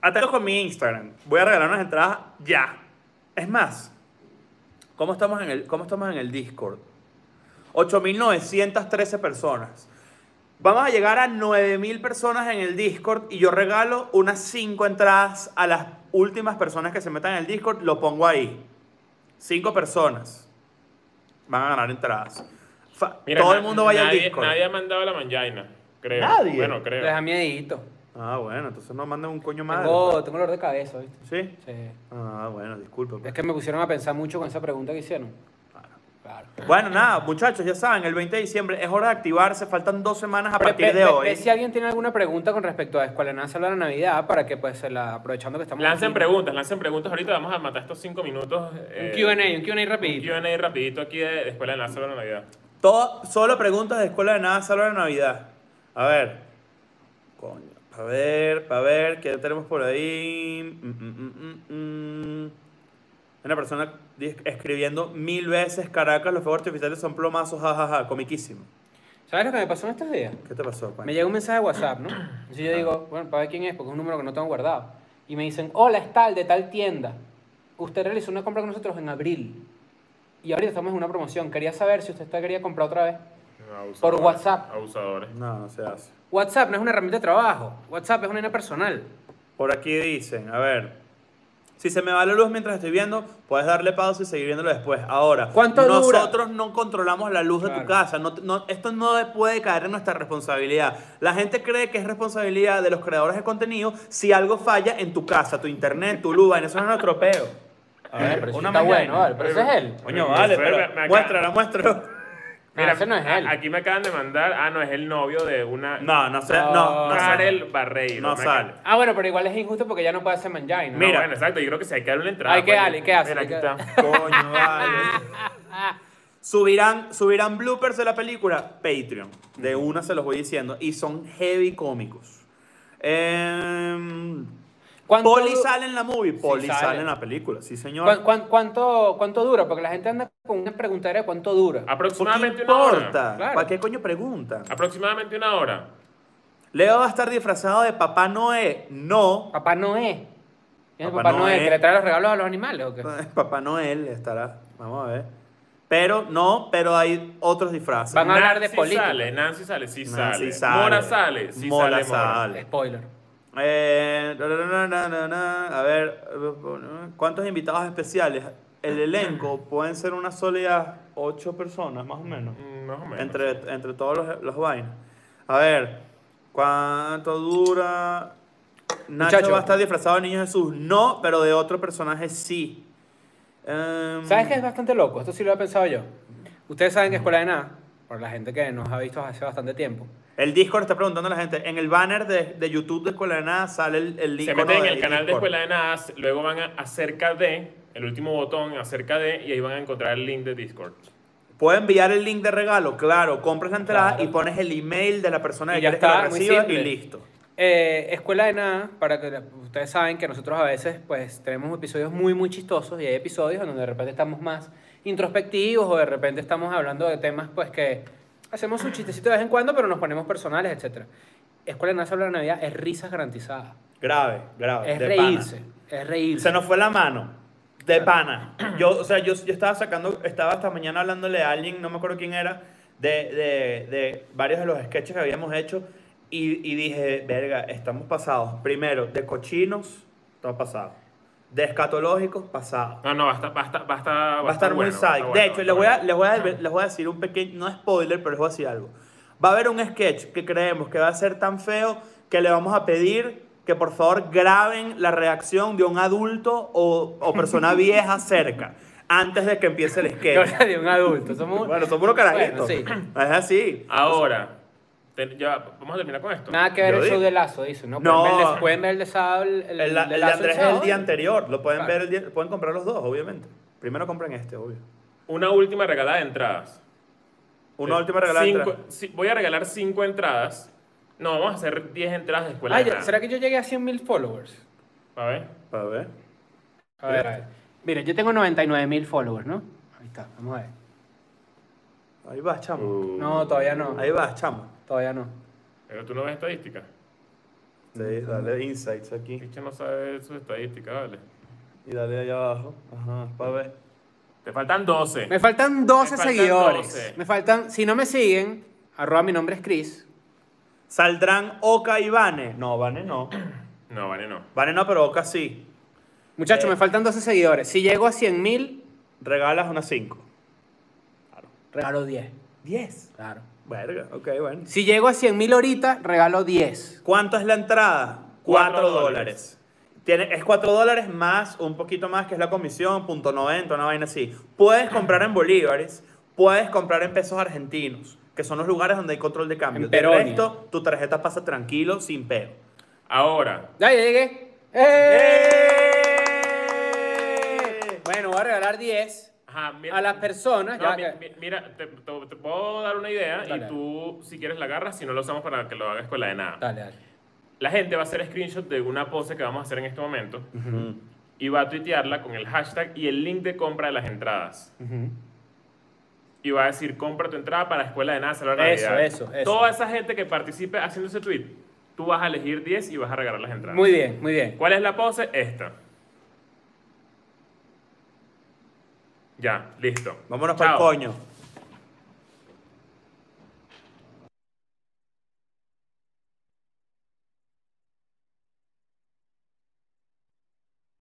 Atentos con mi Instagram. Voy a regalar unas entradas ya. Es más, ¿cómo estamos en el, cómo estamos en el Discord? 8.913 personas. Vamos a llegar a 9.000 personas en el Discord y yo regalo unas 5 entradas a las últimas personas que se metan en el Discord. Lo pongo ahí. 5 personas van a ganar entradas. Fa-
Mira,
Todo
na-
el mundo vaya
nadie-
al Discord.
Nadie ha mandado la manjaina, creo.
Nadie.
Bueno, creo.
Les da miedito.
Ah, bueno, entonces no manden un coño madre.
Tengo, tengo dolor de cabeza, ¿viste?
¿Sí?
Sí.
Ah, bueno, disculpa. pues.
Es que me pusieron a pensar mucho con esa pregunta que hicieron. Claro.
Bueno, nada, muchachos, ya saben, el 20 de diciembre es hora de activarse, faltan dos semanas a partir
Ve-
de
ve-
hoy.
ve si alguien tiene alguna pregunta con respecto a Escuela de Nada Solo a la Navidad, para que pues se la, aprovechando que estamos
Lancen
aquí.
preguntas, lancen preguntas. Ahorita vamos a matar estos cinco minutos. eh,
Un Q&A, un Q&A
Un
rapidito.
Q&A rapidito aquí de, de Escuela de Nada sobre la Navidad.
Todo, solo preguntas de escuela de nada, solo de Navidad. A ver. Coño. A ver, a ver, ¿qué tenemos por ahí? Mm, mm, mm, mm, mm. Una persona di- escribiendo mil veces, Caracas, los fuegos artificiales son plomazos, jajaja, comiquísimo.
¿Sabes lo que me pasó en estos días?
¿Qué te pasó, Juan?
Me llega un mensaje de WhatsApp, ¿no? Entonces yo digo, bueno, para ver quién es, porque es un número que no tengo guardado. Y me dicen, hola, es tal, de tal tienda. Usted realizó una compra con nosotros en abril. Y ahorita estamos en una promoción. Quería saber si usted está quería comprar otra vez.
Abusadores,
Por WhatsApp.
Abusadores.
No, no se hace.
WhatsApp no es una herramienta de trabajo. WhatsApp es una vaina personal.
Por aquí dicen, a ver. Si se me va la luz mientras estoy viendo, puedes darle pausa y seguir viéndolo después. Ahora,
¿Cuánto dura?
nosotros no controlamos la luz de
Claro.
tu casa. No, te- no- esto no puede caer en nuestra responsabilidad. La gente cree que es responsabilidad de los creadores de contenido si algo falla en tu casa, tu internet, tu luz. En eso no es nuestro peo. A
Pero eso está
mañana.
bueno, vale, pero ese es él.
Coño, vale,
Pero me- me
pero
acaba-
muéstralo, muéstralo.
Mira, ese no es
a-
él.
Aquí me acaban de mandar. Ah, no, es el novio de una.
No, no sé, no, no,
No,
sale.
Karel Barreiro.
No
me
sale.
acaban-
Ah, bueno, pero igual es injusto porque ya no puede hacer manjain. ¿no?
No,
Mira.
bueno, exacto. Yo creo que si hay que darle una entrada.
Hay que
coño.
darle, ¿qué hace?
Mira, aquí
¿Qué
está.
Coño, vale. Subirán, subirán bloopers de la película Patreon. De una se los voy diciendo. Y son heavy cómicos. Eh,
¿Cuánto
Poli
du-
sale en la movie. Poli
sale.
sale. en la película, sí, señor.
¿Cuán- cuán- cuánto, ¿Cuánto dura? Porque la gente anda con una preguntadera de cuánto dura.
Ah.
¿Por qué
Aproximadamente una hora.
importa?
claro.
¿Para qué coño preguntan?
Aproximadamente una hora.
¿Leo va a estar disfrazado de Papá Noé? No.
Papá Noé. ¿Quién es
Papá
Papá Noé?
Noé.
¿Que le trae los regalos a los animales o qué?
Papá Noel estará. Vamos a ver. Pero no, pero hay otros disfraces.
Van a hablar de
Nancy
política.
sale, Nancy sale, sí
Nancy
sale. Mora
sale.
sale, sí sale.
Mora
Mora.
sale.
Spoiler.
Eh, na, na, na, na, na. a ver, ¿cuántos invitados especiales? El elenco pueden ser una sólida ocho personas, más o menos.
Mm, Más o menos.
Entre, entre todos los, los vainas. A ver, ¿cuánto dura? Nacho
Muchacho.
va a estar disfrazado de Niño Jesús. No, pero de otro personaje sí. Em,
¿Sabes qué es bastante loco? Esto sí lo he pensado yo. Ustedes saben que Escuela de Nada, por la gente que nos ha visto hace bastante tiempo,
El Discord está preguntando a la gente. En el banner de, de YouTube de Escuela de Nada sale el, el link.
Se meten en el canal de Escuela de Nada, s- luego van a acerca de, el último botón, acerca de, y ahí van a encontrar el link de Discord.
Puedes enviar el link de regalo, claro. Compras la entrada
Claro.
y pones el email de la persona que
Y ya
quieres que la
está, muy
reciba y
simple.
listo.
Eh, Escuela de Nada, para que la- ustedes saben que nosotros a veces pues tenemos episodios muy muy chistosos y hay episodios en donde de repente estamos más introspectivos o de repente estamos hablando de temas pues que hacemos un chistecito de vez en cuando pero nos ponemos personales, etcétera. Escuela de Nada sobre la Navidad es risas garantizadas,
Grave, grave.
es
Ah, de
reírse,
pana.
es reírse.
Se nos fue la mano. De pana. Yo, o sea, yo, yo estaba sacando, estaba esta mañana hablándole a alguien, no me acuerdo quién era, de, de- de varios de los sketches que habíamos hecho y, y dije, verga, estamos pasados. Primero, de cochinos, estamos pasados. de escatológicos pasados.
No, no, va a estar, va a estar, va a estar, va
Va a estar muy
bueno, va a estar
psych.
bueno,
de
va
hecho,
a
les voy, a,
estar
les, voy a,
bueno.
les voy a decir un pequeño, no spoiler, pero les voy a decir algo. Va a haber un sketch que creemos que va a ser tan feo que le vamos a pedir que por favor graben la reacción de un adulto o, o persona vieja cerca antes de que empiece el sketch.
Ahora de un adulto. Somos un-
Bueno, son puros carajitos.
Bueno, sí.
Es así.
Ahora, te- ya, vamos a terminar con esto.
Nada que ver
Yo
el show
digo.
de Lazo, dice, ¿no?
No.
Pueden ver el de, pueden ver el de sábado. El,
El,
el
el
de
de
Lazo
Andrés es
sábado.
el día anterior. Lo pueden
Claro.
ver el día. Pueden comprar los dos, obviamente. Primero compren este, obvio.
Una última regalada de entradas.
Una última regalada. de
Cinco-
entrada.
sí, voy a regalar cinco entradas. No, vamos a hacer 10 entradas de escuela.
Ay,
de Nada.
Ah, ¿será que yo llegué a 100 mil followers?
A ver.
A ver.
A ver, a ver. Mira, yo tengo 99 mil followers, ¿no? Ahí está, vamos a ver.
Ahí vas, chamo.
Uh.
No, todavía no.
Ahí vas, chamo.
Todavía no.
Pero tú no ves estadísticas.
Sí, dale insights aquí.
Picha no sabe sus estadísticas, vale.
Y dale allá abajo. Ajá, para ver.
Te faltan 12.
Me faltan 12
Me faltan
seguidores.
12.
Me faltan, si no me siguen, arroba mi nombre es Chris.
¿Saldrán Oka y Vane? No, Vane no.
No, vale, no.
Vane no, pero Oka sí.
Muchachos,
Eh.
me faltan 12 seguidores. Si llego a 100 mil,
Regalas unas 5.
regalo 10.
10.
Claro.
Verga, ok, bueno.
Si llego a 100 mil ahorita, regalo 10.
¿Cuánto es la entrada?
Cuatro
4
dólares.
dólares. Tiene, es 4 dólares más un poquito más que es la comisión, punto 90, una vaina así. Puedes comprar en bolívares, puedes comprar en pesos argentinos, que son los lugares donde hay control de cambio.
En
De
Peronia.
resto, tu tarjeta pasa tranquilo, sin peo.
Ahora,
Ya llegué. ¡Eh! Bueno, voy a regalar 10
ajá, mira-
a las personas.
No,
ya
mi-
que-
mi- mira, te, te- te puedo dar una idea
Dale.
y tú, si quieres, la agarras. Si no, lo usamos para que lo haga escuela de nada.
Dale, dale.
La gente va a hacer screenshot de una pose que vamos a hacer en este momento y va a tuitearla con el hashtag y el link de compra de las entradas. Y va a decir, compra tu entrada para Escuela de Nada, Salón de
Eso,
Navidad".
eso, eso.
Toda esa gente que participe haciendo ese tweet, tú vas a elegir 10 y vas a regalar las entradas.
Muy bien, muy bien.
¿Cuál es la pose? Esta. Ya, listo.
Vámonos
Chao.
para el coño.